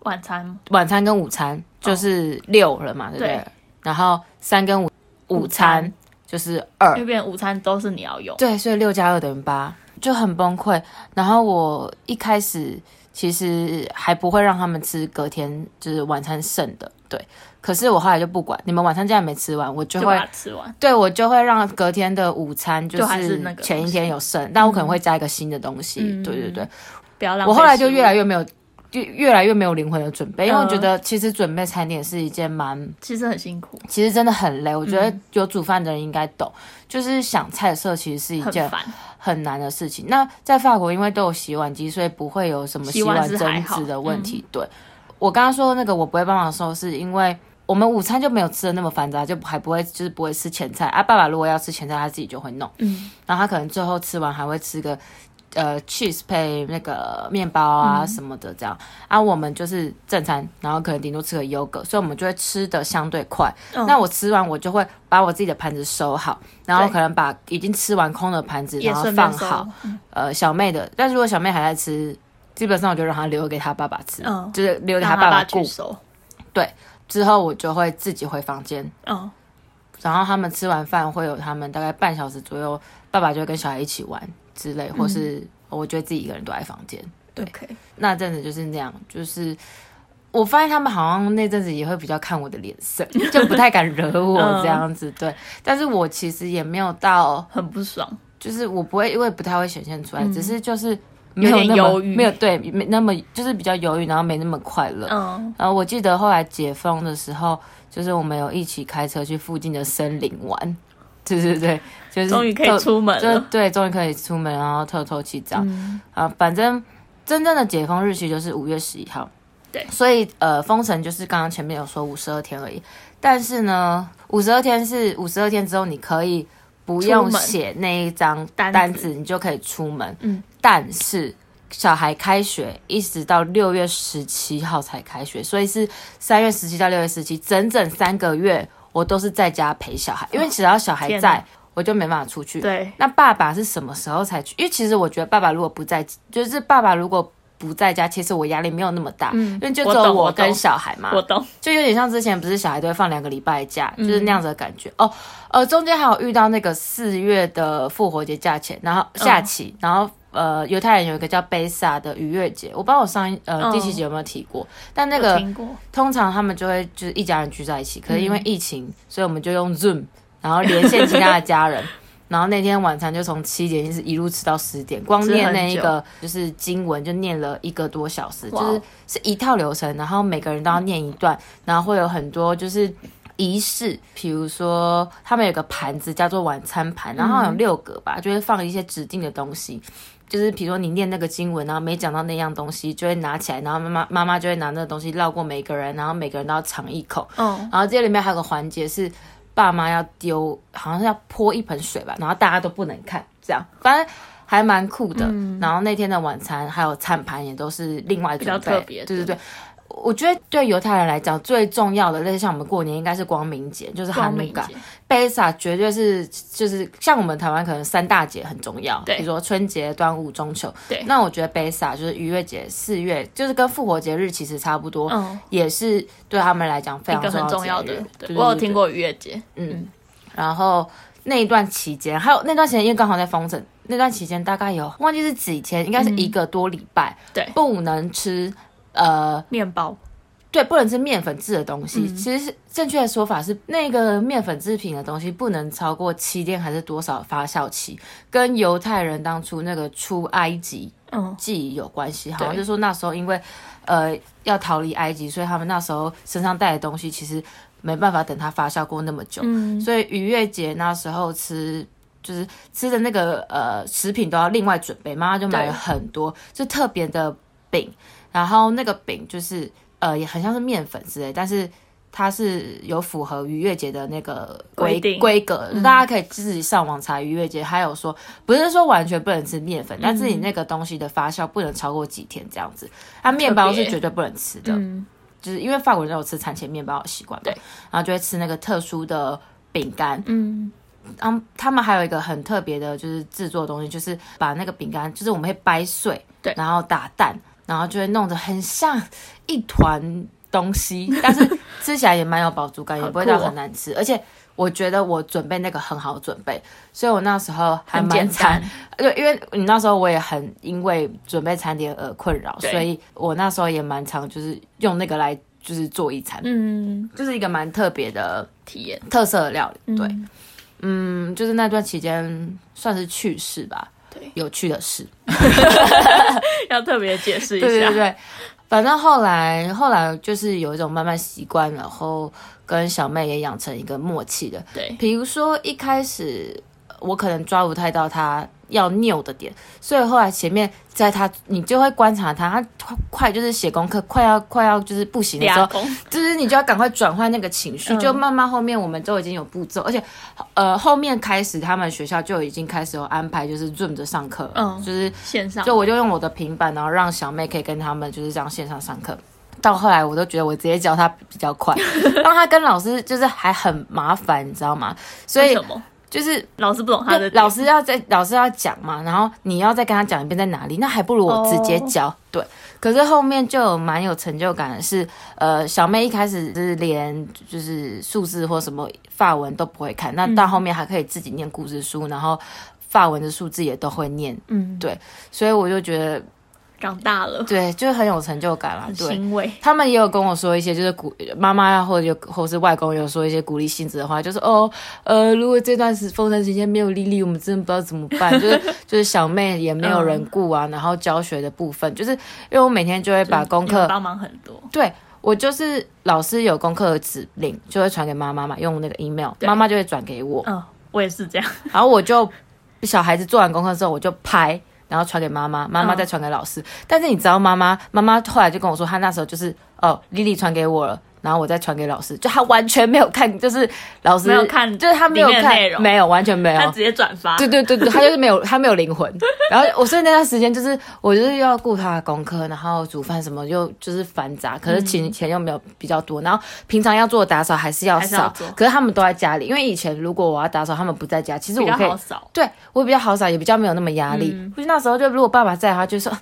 晚餐吗
晚餐跟午餐就是六了嘛，对不对？
哦对
然后三跟五午
午餐
餐就是二
因为，变成午餐都是你要用，
对，所以六加二等于八，就很崩溃。然后我一开始其实还不会让他们吃隔天就是晚餐剩的，对。可是我后来就不管，你们晚餐既然没吃完，我就
就
会
把它吃完。
对我就会让隔天的午餐就
就还是那
是
个东西
前一天有剩，但我可能会加一个新的东西。
嗯
对对对，
不要浪费食物。
我后来就越来越没有。越越来越没有灵魂的准备，因为我
嗯
觉得其实准备餐点是一件蛮，
其实很辛苦，
其实真的很累。我觉
嗯
得有煮饭的人应该懂，就是想菜的时候其实是一
很
件
烦。
很难的事情。那在法国，因为都有洗碗机，所以不会有什么洗碗
洗碗是还
争
好嗯
执的问题。对我刚刚说那个我不会帮忙的时候，是因为我们午餐就没有吃的那么繁杂，就还不会就是不会吃前菜啊。爸爸如果要吃前菜，他自己就会弄，
嗯，
然后他可能最后吃完还会吃个呃 cheese 配那个面包啊什么的这样。啊，我们就是正餐，然后可能顶多吃个优格，所以我们就会吃的相对快。
嗯
那我吃完，我就会把我自己的盘子收好，然后
对
可能把已经吃完空的盘子
也
然后
顺便
放
收
好。呃，小妹的，但是如果小妹还在吃，基本上我就让她留给她爸爸吃，
嗯
就是留给
让他
她爸
爸
爸
去
顾。
收。
之后我就会自己回房间，
嗯，
然后他们吃完饭会有他们大概半小时左右，爸爸就会跟小孩一起玩之类，
嗯
或是我就会自己一个人躲在房间。
对，OK，
那阵子就是那样，就是我发现他们好像那阵子也会比较看我的脸色， 就不太敢惹我
嗯
这样子。对，但是我其实也没有到，
很不爽。
就是我不会，因为不太会显现出来，只是就是没
嗯
有
有
那么
点忧郁
没有对，没那么就是比较犹豫，然后没那么快乐。
嗯，
然后我记得后来解封的时候，就是我们有一起开车去附近的森林玩。对对对，就是
终于可以
特
出门
就
了。嗯
对，终于可以出门，然后透透气这样、啊。反正真正的解封日期就是五月十一号，
对
所以呃，封城就是刚刚前面有说五十二天而已，但是呢，五十二天是五十二天之后你可以不用
出门
写那一张
单
单
子
子，你就可以出门。
嗯，
但是。小孩开学一直到六月十七号才开学，所以是三月十七到六月十七，整整三个月我都是在家陪小孩，因为只要小孩
天哪
在，我就没办法出去。
对，
那爸爸是什么时候才去？因为其实我觉得爸爸如果不在，就是爸爸如果不在家，其实我压力没有那么大，因为就只
嗯我
有
懂
我
我懂
跟小孩嘛，
我懂。
就有点像之前不是小孩都会放两个礼拜假，就是那样子的感觉。哦，呃，中间还有遇到那个四月的复活节假期，然后下
嗯
期，然后。呃，犹太人有一个叫贝萨的逾越节，我不知道我上一呃
嗯
第七集有没有提过，但那
有
个
听过，
通常他们就会就是一家人聚在一起，可是因为
嗯
疫情，所以我们就用 Zoom，然后连线其他的家 人。然后那天晚餐就从七点一直一路吃到十点，光
吃
念
很
那一
久
个就是经文就念了一个多小时，就
哇哦
是是一套流程，然后每个人都要念一段，然后会有很多就是仪式，比如说他们有个盘子叫做晚餐盘，然后
嗯
好像有六个吧，就会放一些指定的东西，就是比如说你念那个经文，然后啊没讲到那样东西，就会拿起来，然后妈妈妈妈就会拿那个东西绕过每个人，然后每个人都要尝一口，
嗯，
然后这里面还有个环节是爸妈要丢，好像是要泼一盆水吧，然后大家都不能看，这样反正还蛮酷的。然后那天的晚餐还有餐盘也都是另外准备，
嗯比较特别的
对对对。我觉得对犹太人来讲最重要的，类似像我们过年应该是光明节，就是哈
光
努
明
嘎
节。，
贝萨绝对是就是像我们台湾可能三大节很重要，
对
比如说春节、端午、中秋。
对
那我觉得贝萨就是逾越节，四月就是跟复活节日其实差不多，
嗯，
也是对他们来讲非
一
常
个很重要
节
的
日。嗯对
对我有听。
对对
过逾越节，
然后那一段期间，还有那段时间，因为刚好在封城，那段期间大概有忘记是几天，应该是一
嗯
个多礼拜，
对
不能吃呃，
面包
对，不能吃面粉制的东西。
嗯
其实是正确的说法是，那个面粉制品的东西不能超过七天还是多少发酵期，跟犹太人当初那个出埃及
嗯，
记有关系，好像
对
就说那时候因为呃要逃离埃及，所以他们那时候身上带的东西其实没办法等它发酵过那么久，
嗯
所以逾越节那时候吃。就是吃的那个呃食品都要另外准备，妈妈就买了
对
很多，就特别的饼，然后那个饼就是呃也很像是面粉之类，但是它是有符合逾越节的那个规
规定嗯
规格，大家可以自己上网查逾越节。还有说，不是说完全不能吃面粉，但是
嗯
你那个东西的发酵不能超过几天这样子。它面包是
特别
绝对不能吃的，
嗯，
就是因为法国人都有吃餐前面包的习惯嘛
对，
然后就会吃那个特殊的饼干，
嗯，
然后他们还有一个很特别的，就是制作的东西，就是把那个饼干，就是我们会掰碎，
对
然后打蛋，然后就会弄得很像一团东西， 但是吃起来也蛮有饱足感，也
好
不会到
酷哦
很难吃，而且。我觉得我准备那个很好准备，所以我那时候还
很
蛮
简
惨
单，，
对，因为你那时候我也很因为准备餐点而困扰，
对
所以我那时候也蛮常就是用那个来就是做一餐，
嗯，
就是一个蛮特别的
体验，
特色的料理。对，
嗯
嗯，就是那段期间算是趣事吧，
对
有趣的 事。
要特别解释一下，
对对对，反正后来后来就是有一种慢慢习惯，然后跟小妹也养成一个默契的，
对
比如说一开始呃我可能抓不太到他要拗的点，所以后来前面在他你就会观察他，他快快就是写功课快要快要就是不行的时
俩
候，
公
就是你就要赶快转换那个情绪，
嗯
就慢慢后面我们都已经有步骤，而且呃后面开始他们学校就已经开始有安排就是 Zoom 的上课了，
嗯
就是
线上，
就我就用我的平板，然后让小妹可以跟他们就是这样线上上课。到后来，我都觉得我直接教她比较 快，让她跟老师就是还很麻烦，你知道吗？所
为
以
什么
就是
老师不懂他的点
老师要在老师要讲嘛，然后你要再跟他讲一遍在哪里，那还不如我直接教。
哦
对，可是后面就有蛮有成就感的是，呃，小妹一开始是连就是数字或什么法文都不会看，那
嗯
到后面还可以自己念故事书，然后法文的数字也都会念，
嗯
对所以我就觉得
长大了，
对，就是很有成就感啦
很。
对，
欣慰，
他们也有跟我说一些，就是鼓妈妈啊，或者有或是外公有说一些鼓励性质的话，就是哦，呃，如果这段时封城期间没有丽丽，我们真的不知道怎么办，就是 就是小妹也没有人顾啊，然后教学的部分，就是因为我每天就会把功
你
课
们帮忙很多，
对我就是老师有功课的指令，就会传给妈妈嘛，用那个 email，
对
妈妈就会转给我，
嗯，我也是这样，
然后我就小孩子做完功课之后，我就拍，然后传给妈妈，妈妈
嗯
再传给老师。但是你知道妈妈，妈妈后来就跟我说，她那时候就是哦，丽丽传给我了。然后我再传给老师，就她完全没有看，就是老师
没有看
就是她没有
里面的
看
内容
没有完全没有，
他直接转发，
对对对对，他就是没有，他没有灵魂。然后我所以那段时间就是我就是要顾他的功课，然后煮饭什么又就是繁杂，可是钱钱又没有比较多，然后平常要做的打扫还是要
嗯还是
扫
要做，
可是他们都在家里，因为以前如果我要打扫，他们不在家，其实
比
我
较
可以
好扫，
对我比较好扫，也比较没有那么压力。
嗯
不是那时候就如果爸爸在的话，就说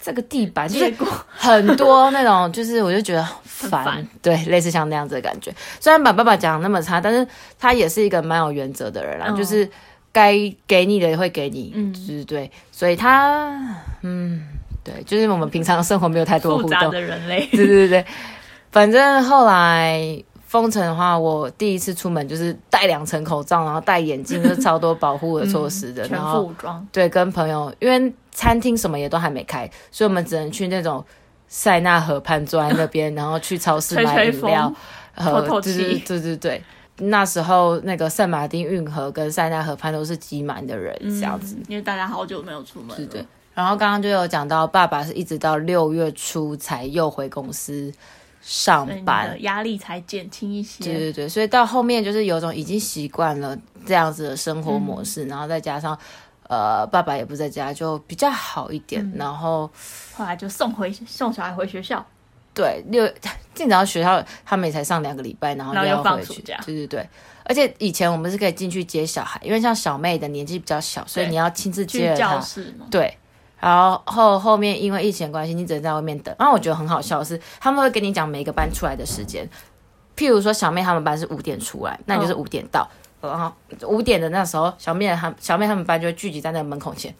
这个地板就是
结果
很多那种，就是我就觉得烦，
烦
对，类似像那样子的感觉。虽然把爸爸讲得那么差，但是他也是一个蛮有原则的人啦，啊
嗯
就是该给你的也会给你，
嗯
就是对，所以他，嗯，对，就是我们平常生活没有太多的
复
互
杂
动，
的人类，
对对对对，反正后来封城的话，我第一次出门就是戴两层口罩，然后戴眼镜，就是超多保护的措施的，
嗯全
然后
副武装，
对，跟朋友，因为餐厅什么也都还没开，所以我们只能去那种塞纳河畔坐在那 边，然后去超市
吹
买
吹
饮料
风，，
和
透透
对
气
对对对对。那时候那个圣马丁运河跟塞纳河畔都是挤满的人，这样子。
嗯，因为大家好久没有出门了，
是的。然后刚刚就有讲到，爸爸是一直到六月初才又回公司上
所以你
班
的，压力才减轻一些，
对对对，所以到后面就是有种已经习惯了这样子的生活模
嗯
式，然后再加上呃爸爸也不在家，就比较好一
嗯
点。然后
后来就送回送小孩回学校，
对六，进到学校他们也才上两个礼拜，然后
然后又
要
放
回
暑
去。
假
对对对，而且以前我们是可以进去接小孩，因为像小妹的年纪比较小，所以
对
你要亲自接
去
着她
教。室嘛，
对。然后后后面因为疫情的关系，你只能在外面等。然后我觉得很好笑的是，他们会跟你讲每个班出来的时间。譬如说小妹他们班是五点出来，那你就是
嗯
五点到。然后五点的那时候，小妹他小妹他们班就会聚集在那个门口前。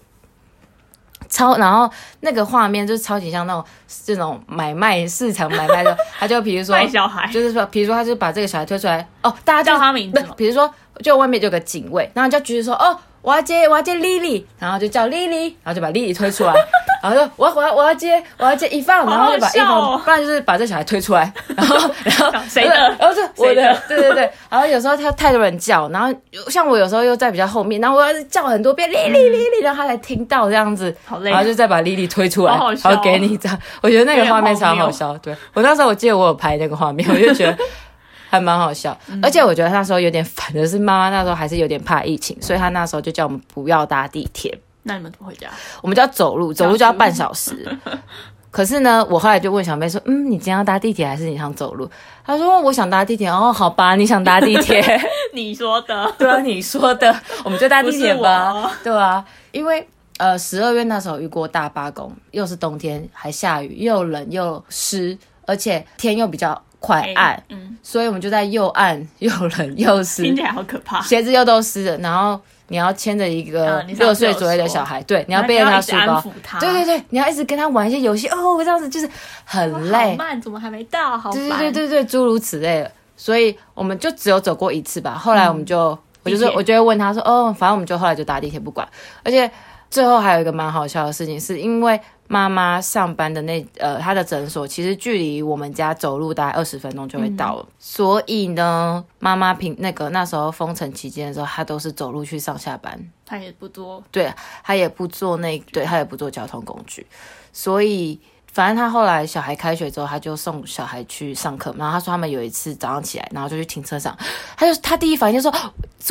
超，然后那个画面就是超级像那种这种买卖市场买卖的，他就比如说
带小孩，
就是说，比如说，他就把这个小孩推出来，哦，大家就
叫他名字吗
不比如说，就外面就有个警卫，然后就举着说，哦，我要接，我要接 Lily，然后就叫 Lily，然后就把 Lily 推 出来，然后就我要我要我要接，我要接一放，然后就把一
好好笑
放，
哦
不然就是把这小孩推出 来，然后然后
谁的
然后就我
谁
的
的，
对对对，然后有时候他太多人叫，然后像我有时候又在比较后面，然后我要是叫很多遍 Lily Lily，让他才听到这样子，
好累啊
然后就再把 Lily 推出来，
好好笑哦
然后给你这样，我觉得那个画面
有点
超
荒谬
好笑。对我那时候我记得我有拍那个画面，我就觉得还蛮好笑。
嗯
而且我觉得那时候有点烦的是，妈妈那时候还是有点怕疫情，所以她那时候就叫我们不要搭地铁，
那你们怎么回家？
我们就要走路，走路就要半小 时。可是呢，我后来就问小妹说：“嗯，你今天要搭地铁还是你想走路？”她说：“我想搭地铁。”哦，好吧，你想搭地铁，
你说的，
对啊，你说的， 我们就搭地铁
不是
吧
我。
对啊，因为呃，十二月那时候遇过大罢工，又是冬天，还下雨，又冷又湿，而且天又比较快暗，
嗯，
所以我们就在又暗又冷又湿
听，起来好可怕。
鞋子又都湿了，然后你要牵着一个
啊你上次
六岁
有
左右的
说
小孩，对，你要
那
背着
你要
他
一直
书
安
包
抚，他
对对对，你要一直跟他玩一些游戏，哦，这样子就是很
好
累，
慢，怎么还没到？好
对
烦。
对对对对，诸如此类的。所以我们就只有走过一次吧。后来我们就，我就是
嗯地铁
我就会问他说，哦，反正我们就后来就搭地铁不管。而且最后还有一个蛮好笑的事情，是因为妈妈上班的那呃她的诊所其实距离我们家走路大概二十分钟就会到了，
嗯
所以呢，妈妈平那个那时候封城期间的时候，她都是走路去上下班。
他也不多，
对他也不坐那，对他也不坐交通工具，所以反正他后来小孩开学之后，他就送小孩去上课嘛。然后他说他们有一次早上起来，然后就去停车场，他就他第一反应就说：“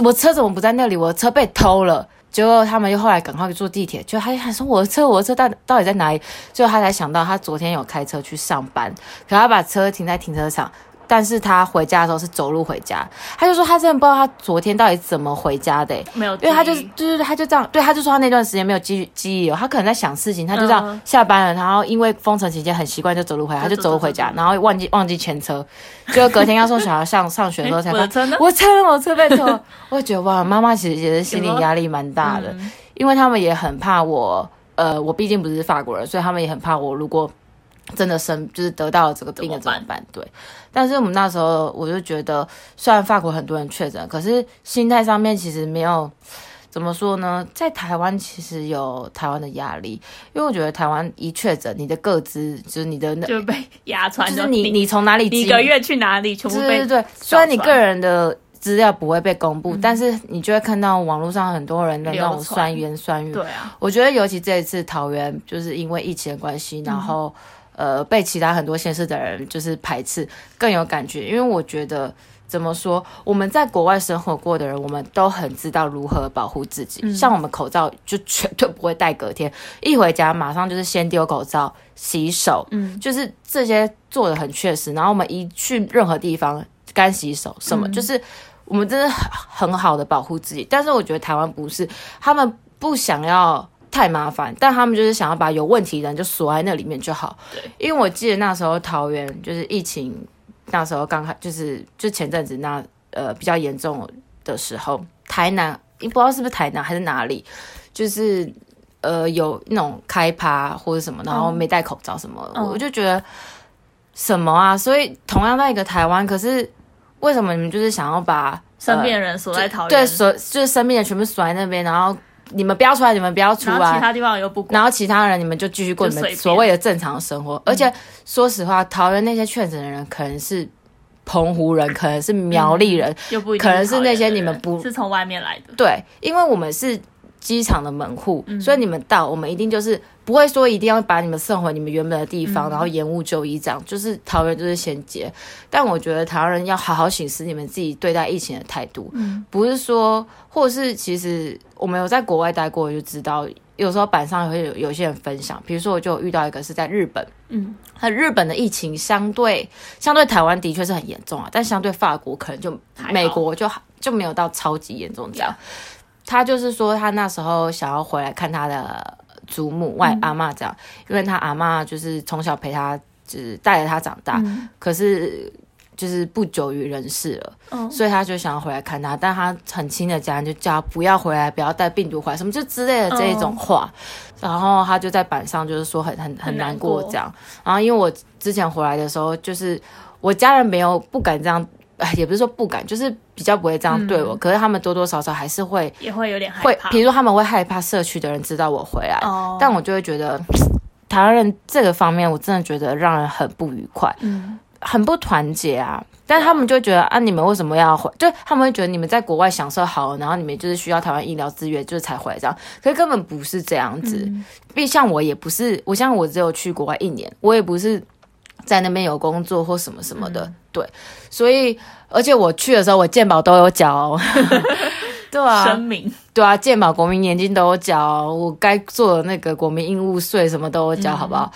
我车怎么不在那里？我的车被偷了。”结果他们又后来赶快坐地铁，就他就还说我的车我的车到到底在哪里？最后他才想到他昨天有开车去上班，可他把车停在停车场，但是他回家的时候是走路回家，他就说他真的不知道他昨天到底怎么回家的、欸
没有记忆，
因为他就是，对对对，他就这样，对，他就说他那段时间没有记记忆了，他可能在想事情，他就这样
嗯
下班了，然后因为封城期间很习惯就走路回来，他就走路回家，
走走走
然后忘记忘记牵车，结果隔天要送小孩上上学 的时候才
诶我
发现，
的车呢？
我车我车被 偷了，我觉得哇，妈妈其实也是心理
有吗
压力蛮大的，
嗯
因为他们也很怕我，呃，我毕竟不是法国人，所以他们也很怕我如果真的生就是得到了这个病了
怎
怎
么办
么办？对。但是我们那时候我就觉得，虽然法国很多人确诊，可是心态上面其实没有怎么说呢，在台湾其实有台湾的压力，因为我觉得台湾一确诊，你的个资就是你的那。
就被牙穿
就
的。
是你，你从哪里
你一
积
个月去哪里，全部
对
被
对对，虽然你
小
个
传
人的资料不会被公布，但是你就会看到网络上很多人的那
流
种
传
酸言酸语。
对啊，
我觉得尤其这一次桃园就是因为疫情的关系，然后、呃被其他很多县市的人就是排斥，更有感觉，因为我觉得。怎么说？我们在国外生活过的人，我们都很知道如何保护自己。像我们口罩就绝对不会戴隔天，一回家马上就是先丢口罩、洗手，嗯，就是这些做的很确实。然后我们一去任何地方，干洗手什么，就是我们真的很很好的保护自己。但是我觉得台湾不是，他们不想要太麻烦，但他们就是想要把有问题的人就锁在那里面就好。
对，
因为我记得那时候桃园就是疫情那时候刚开，就是就前阵子那呃比较严重的时候，台南也不知道是不是台南还是哪里，就是。呃，有那种开趴或者什么，然后没戴口罩什么，
嗯
我就觉得什么啊？所以同样在一个台湾，可是为什么你们就是想要把
身
呃
边的人锁在桃园，
对，所就是身边的全部锁在那边，然后你们不要出来，你们不要出
然后其
来，
他地方又不管，
然后其他人你们就继续过你
就
们
随便
所谓的正常生活。而且说实话，桃园那些确诊的人可能是澎湖人，可能是苗栗人，
又不一定
可能是
桃园
那些
的
你们
人
不
是从外面来的，
对，因为我们是机场的门户，所以你们到，我们一定就是不会说一定要把你们送回你们原本的地方，然后延误就医这样。就是桃园就是衔接，但我觉得台湾人要好好审视你们自己对待疫情的态度，不是说，或者是其实我们有在国外待过，我就知道。有时候板上会有有些人分享，比如说我就有遇到一个是在日本，
嗯，
那日本的疫情相对相对台湾的确是很严重啊，但相对法国可能就
还好
美国就就没有到超级严重这样。他就是说他那时候想要回来看他的祖母
嗯
外阿嬷这样，因为他阿嬷就是从小陪他，就是带着他长大，
嗯
可是就是不久于人世了，
嗯
所以他就想要回来看他，但他很亲的家人就叫他不要回来，不要带病毒回来，什么就之类的这一种话。然后他就在板上就是说很很很
哦很难
难过
过
这样。然后因为我之前回来的时候，就是我家人没有不敢这样，哎也不是说不敢，就是比较不会这样对
嗯
我，可是他们多多少少还是会
也会有点害
会
怕，，
比如说他们会害怕社区的人知道我回来，
哦
但我就会觉得台湾人这个方面，我真的觉得让人很不愉快，
嗯
很不团结啊。但他们就觉得啊，你们为什么要回？就他们会觉得你们在国外享受好，然后你们就是需要台湾医疗资源，就是才回来这样。可是根本不
嗯
是这样子，因为像我也不是，我像我只有去国外一年，我也不是在那边有工作或什么什么的，
嗯
对，所以而且我去的时候，我健保都有缴哦、 对
声
啊，
明，
对啊，健保、国民年金都有缴，我该做的那个国民应务税什么都有缴，
嗯
好不好？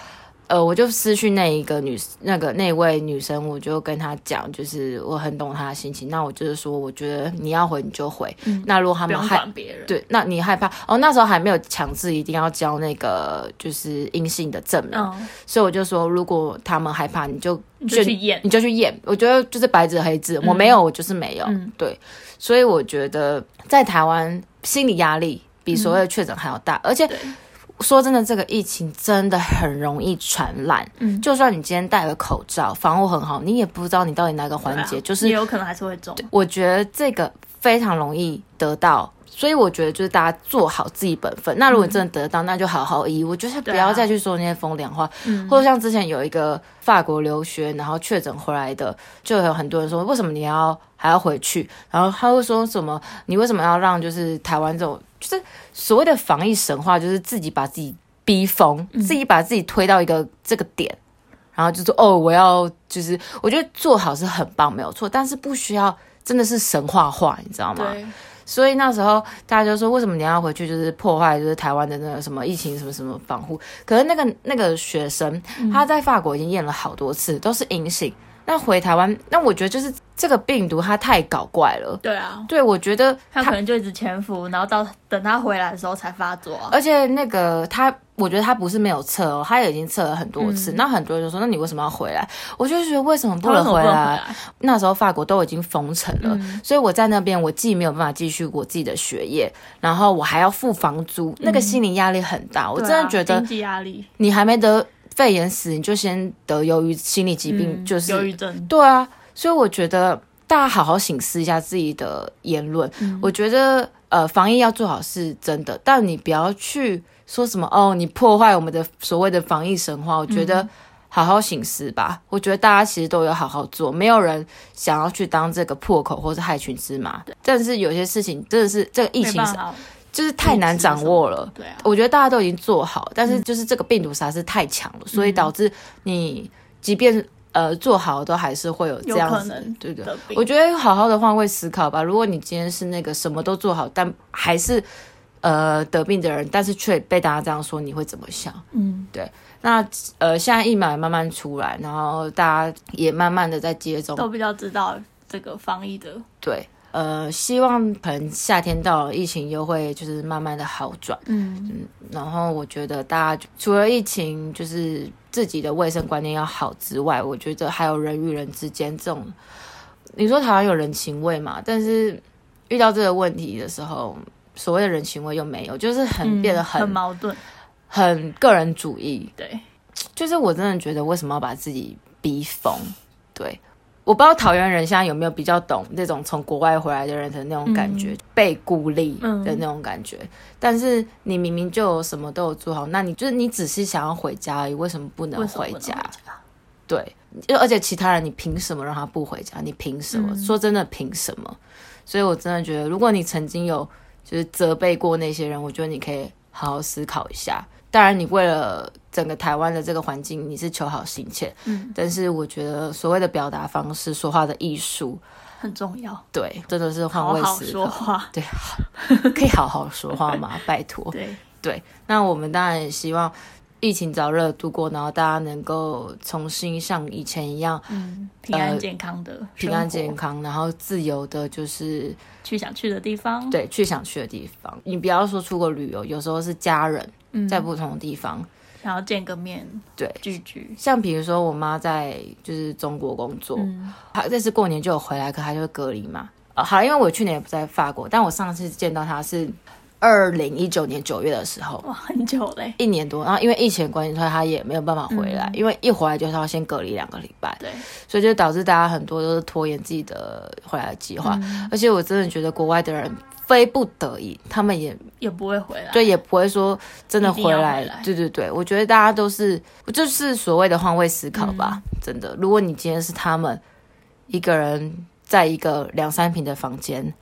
呃，我就私讯那一个女，那个那位女生，我就跟她讲，就是我很懂她的心情，那我就是说，我觉得你要回你就回，那如果他
嗯不
们
用
害
管别人。，
对，那你害怕哦？那时候还没有强制一定要交那个就是阴性的证明，
嗯，
所以我就说，如果他们害怕，你就
你就去验
你就去验。我觉得就是白纸黑字，我没有，我就是没有。
嗯
对，所以我觉得在台湾心理压力比所谓的确诊还要大，而且
嗯对。
说真的，这个疫情真的很容易传染。
嗯
就算你今天戴了口罩，防护很好，你也不知道你到底哪个环节、
对啊
就
也
是
有可能还是会中。
我觉得这个非常容易得到，所以我觉得就是大家做好自己本分。那如果你真的得到，那就好好医。我觉得不
嗯对啊
要再去说那些风凉话，
嗯
或者像之前有一个法国留学，然后确诊回来的，就有很多人说，为什么你要还要回去？然后他会说什么，你为什么要让就是台湾这种就是所谓的防疫神话，就是自己把自己逼疯，自己把自己推到一个这个点。然后就说哦，我要就是，我觉得做好是很棒，没有错，但是不需要真的是神话化，你知道吗？
对，
所以那时候大家就说，为什么你要回去，就是破坏就是台湾的那个什么疫情什么什么防护？可是那个那个学生他在法国已经验了好多次，都是阴性。那回台湾，那我觉得就是这个病毒它太搞怪了。
对啊，
对，我觉得
他可能就一直潜伏，然后到等他回来的时候才发作啊。
而且那个他，我觉得他不是没有测哦，他也已经测了很多次。那很多人就说，那你为什么要回来？我就觉得为什么不
嗯
能
他为什么
回
不能啊嗯
来？啊那时候法国都已经封城了，所以我在那边我既没有办法继续我自己的学业，然后我还要付房租，那个心理压力很大。我
嗯对啊
真的觉得
经济压力，
你还没得肺炎死，你就先得忧郁心理疾病，
嗯
就是
忧郁症。
对啊，所以我觉得大家好好醒思一下自己的言论。
嗯
我觉得呃，防疫要做好是真的，但你不要去说什么哦，你破坏我们的所谓的防疫神话。我觉得
嗯
好好醒思吧。我觉得大家其实都有好好做，没有人想要去当这个破口或是害群之马。但是有些事情真的是这个疫
没
情
办法，
就是太难掌握了。
对啊，
我觉得大家都已经做好，但
嗯
是就是这个病毒实在是太强了，所以导致你即便呃做好，都还是会有这
有
样
可
子
能，
对不对？
得病
我觉得好好的换位思考吧。如果你今天是那个什么都做好，但还是呃得病的人，但是却被大家这样说，你会怎么想？
嗯，
那呃，现在疫苗也慢慢出来，然后大家也慢慢的在接种，
都比较知道这个防疫的，
对。呃，希望可能夏天到了，疫情又会就是慢慢的好转。
嗯，
然后我觉得大家除了疫情，就是自己的卫生观念要好之外，我觉得还有人与人之间这种，你说台湾有人情味嘛？但是遇到这个问题的时候，所谓的人情味又没有，就是很嗯变得很、
嗯很矛盾，
很个人主义。
对，
就是我真的觉得为什么要把自己逼疯？对，我不知道桃园人现在有没有比较懂那种从国外回来的人的那种感
嗯
觉，被孤立的那种感觉。但是你明明就有什么都有做好，那你就是你只是想要回家而已，为什么不能
为什么
回
不能
家？对，就而且其他人你凭什么让他不回家？你凭什么？
嗯
说真的，凭什么？所以我真的觉得，如果你曾经有就是责备过那些人，我觉得你可以好好思考一下。当然，你为了整个台湾的这个环境，你是求好心切，
嗯，
但是我觉得所谓的表达方式、说话的艺术，
很重要，
对，真的是换
好
位
好
思
说
考。
话，
对，好 可以好好说话吗？拜托。
对，
对，那我们当然也希望疫情早日度过，然后大家能够重新像以前一样
嗯，平安健康的，
呃平安健，康，然后自由的，就是
去想去的地方，，
对去想去的地方。你不要说出国旅游，有时候是家人在不同的地方，
想要见个面，
对。
聚聚，
像比如说，我妈在就是中国工作，她这次过年就有回来，可她就隔离嘛。呃，好，因为我去年也不在法国，但我上次见到她是二零一九年九月的时候，
哇，很久嘞，
一年多。然后因为疫情的关系，所以她也没有办法回来，因为一回来就是要先隔离两个礼拜。
对，
所以就导致大家很多都是拖延自己的回来的计划。
嗯
而且我真的觉得国外的人非不得已，他们也
也不会回来，
对，也不会说真的
啊一定
回
要
来。
回来
对对对，我觉得大家都是就是所谓的换位思考
嗯
吧，真的。如果你今天是他们一个人在一个两三平的房间，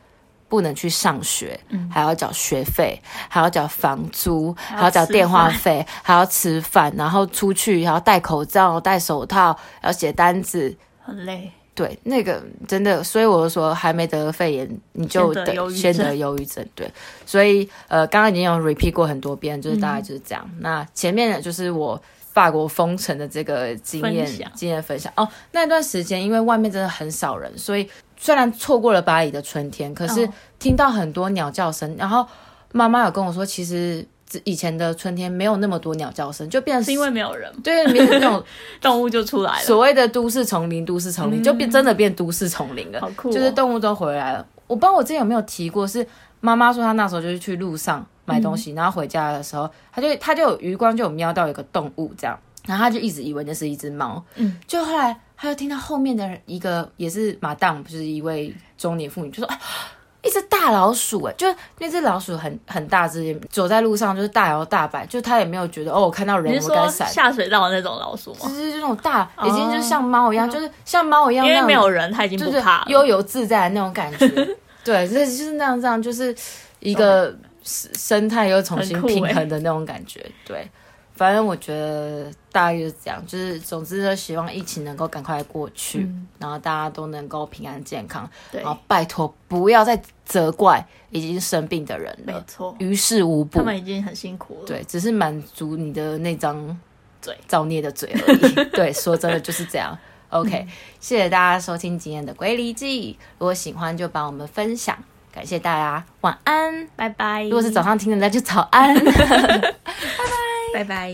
不能去上学，
嗯
还要缴学费，还要缴房租，还
还
要
要
缴
吃
电话
饭
费，还要吃饭，然后出去还要戴口罩、戴手套，要写单子。
很累。
对，那个真的，所以我就说还没得肺炎，你就
先得
得
忧郁
先
症
得忧郁症。对，所以呃，刚刚已经有 repeat 过很多遍，就是
嗯
大概就是这样。那前面呢，就是我法国封城的这个经验
分享
经验分享哦。那段时间因为外面真的很少人，所以虽然错过了巴黎的春天，可是
哦
听到很多鸟叫声。然后妈妈有跟我说，其实以前的春天没有那么多鸟叫声，就变成
是因为没有人，
对没有那种
动物就出来了。嗯
所谓的都市丛林，都市丛林、就变真的变都市丛林了，
好酷哦
就是动物都回来了。我不知道我之前有没有提过，是妈妈说她那时候就是去路上买东
嗯
西，然后回家的时候，她就她就有余光就有瞄到有个动物这样，然后她就一直以为那是一只猫，
嗯，
就后来她就听到后面的一个也是马当，就是一位中年妇女，就说。哎一只大老鼠哎、就是那只老鼠很很大只，走在路上就是大摇大摆，就她也没有觉得哦，我看到人
你是
我该
说
闪。
下水道的那种老鼠
就
吗？
是这种大，已经就
哦
像猫一样，就是像猫一样
因
那
为
样，
没有人，它已经
就
不
是
怕
悠
了。
游自在的那种感 觉。对，这就是那样这样，就是一个生生态又重新
很酷欸
平衡的那种感觉。对，反正我觉得大概就是这样，就是总之就希望疫情能够赶快过去，
嗯
然后大家都能够平安健康。
对
然，后拜托不要再责怪已经生病的人
没
了，
错，
于事无补
他。们已经很辛苦了。，
对，只是满足你的那张
嘴
造孽的嘴而已。 对，说真的就是这样。OK，、谢谢大家收听今天的《龟梨记》，如果喜欢就帮我们分享，感谢大家，晚安。
拜拜。
如果是早上听的，那就早安。
拜拜。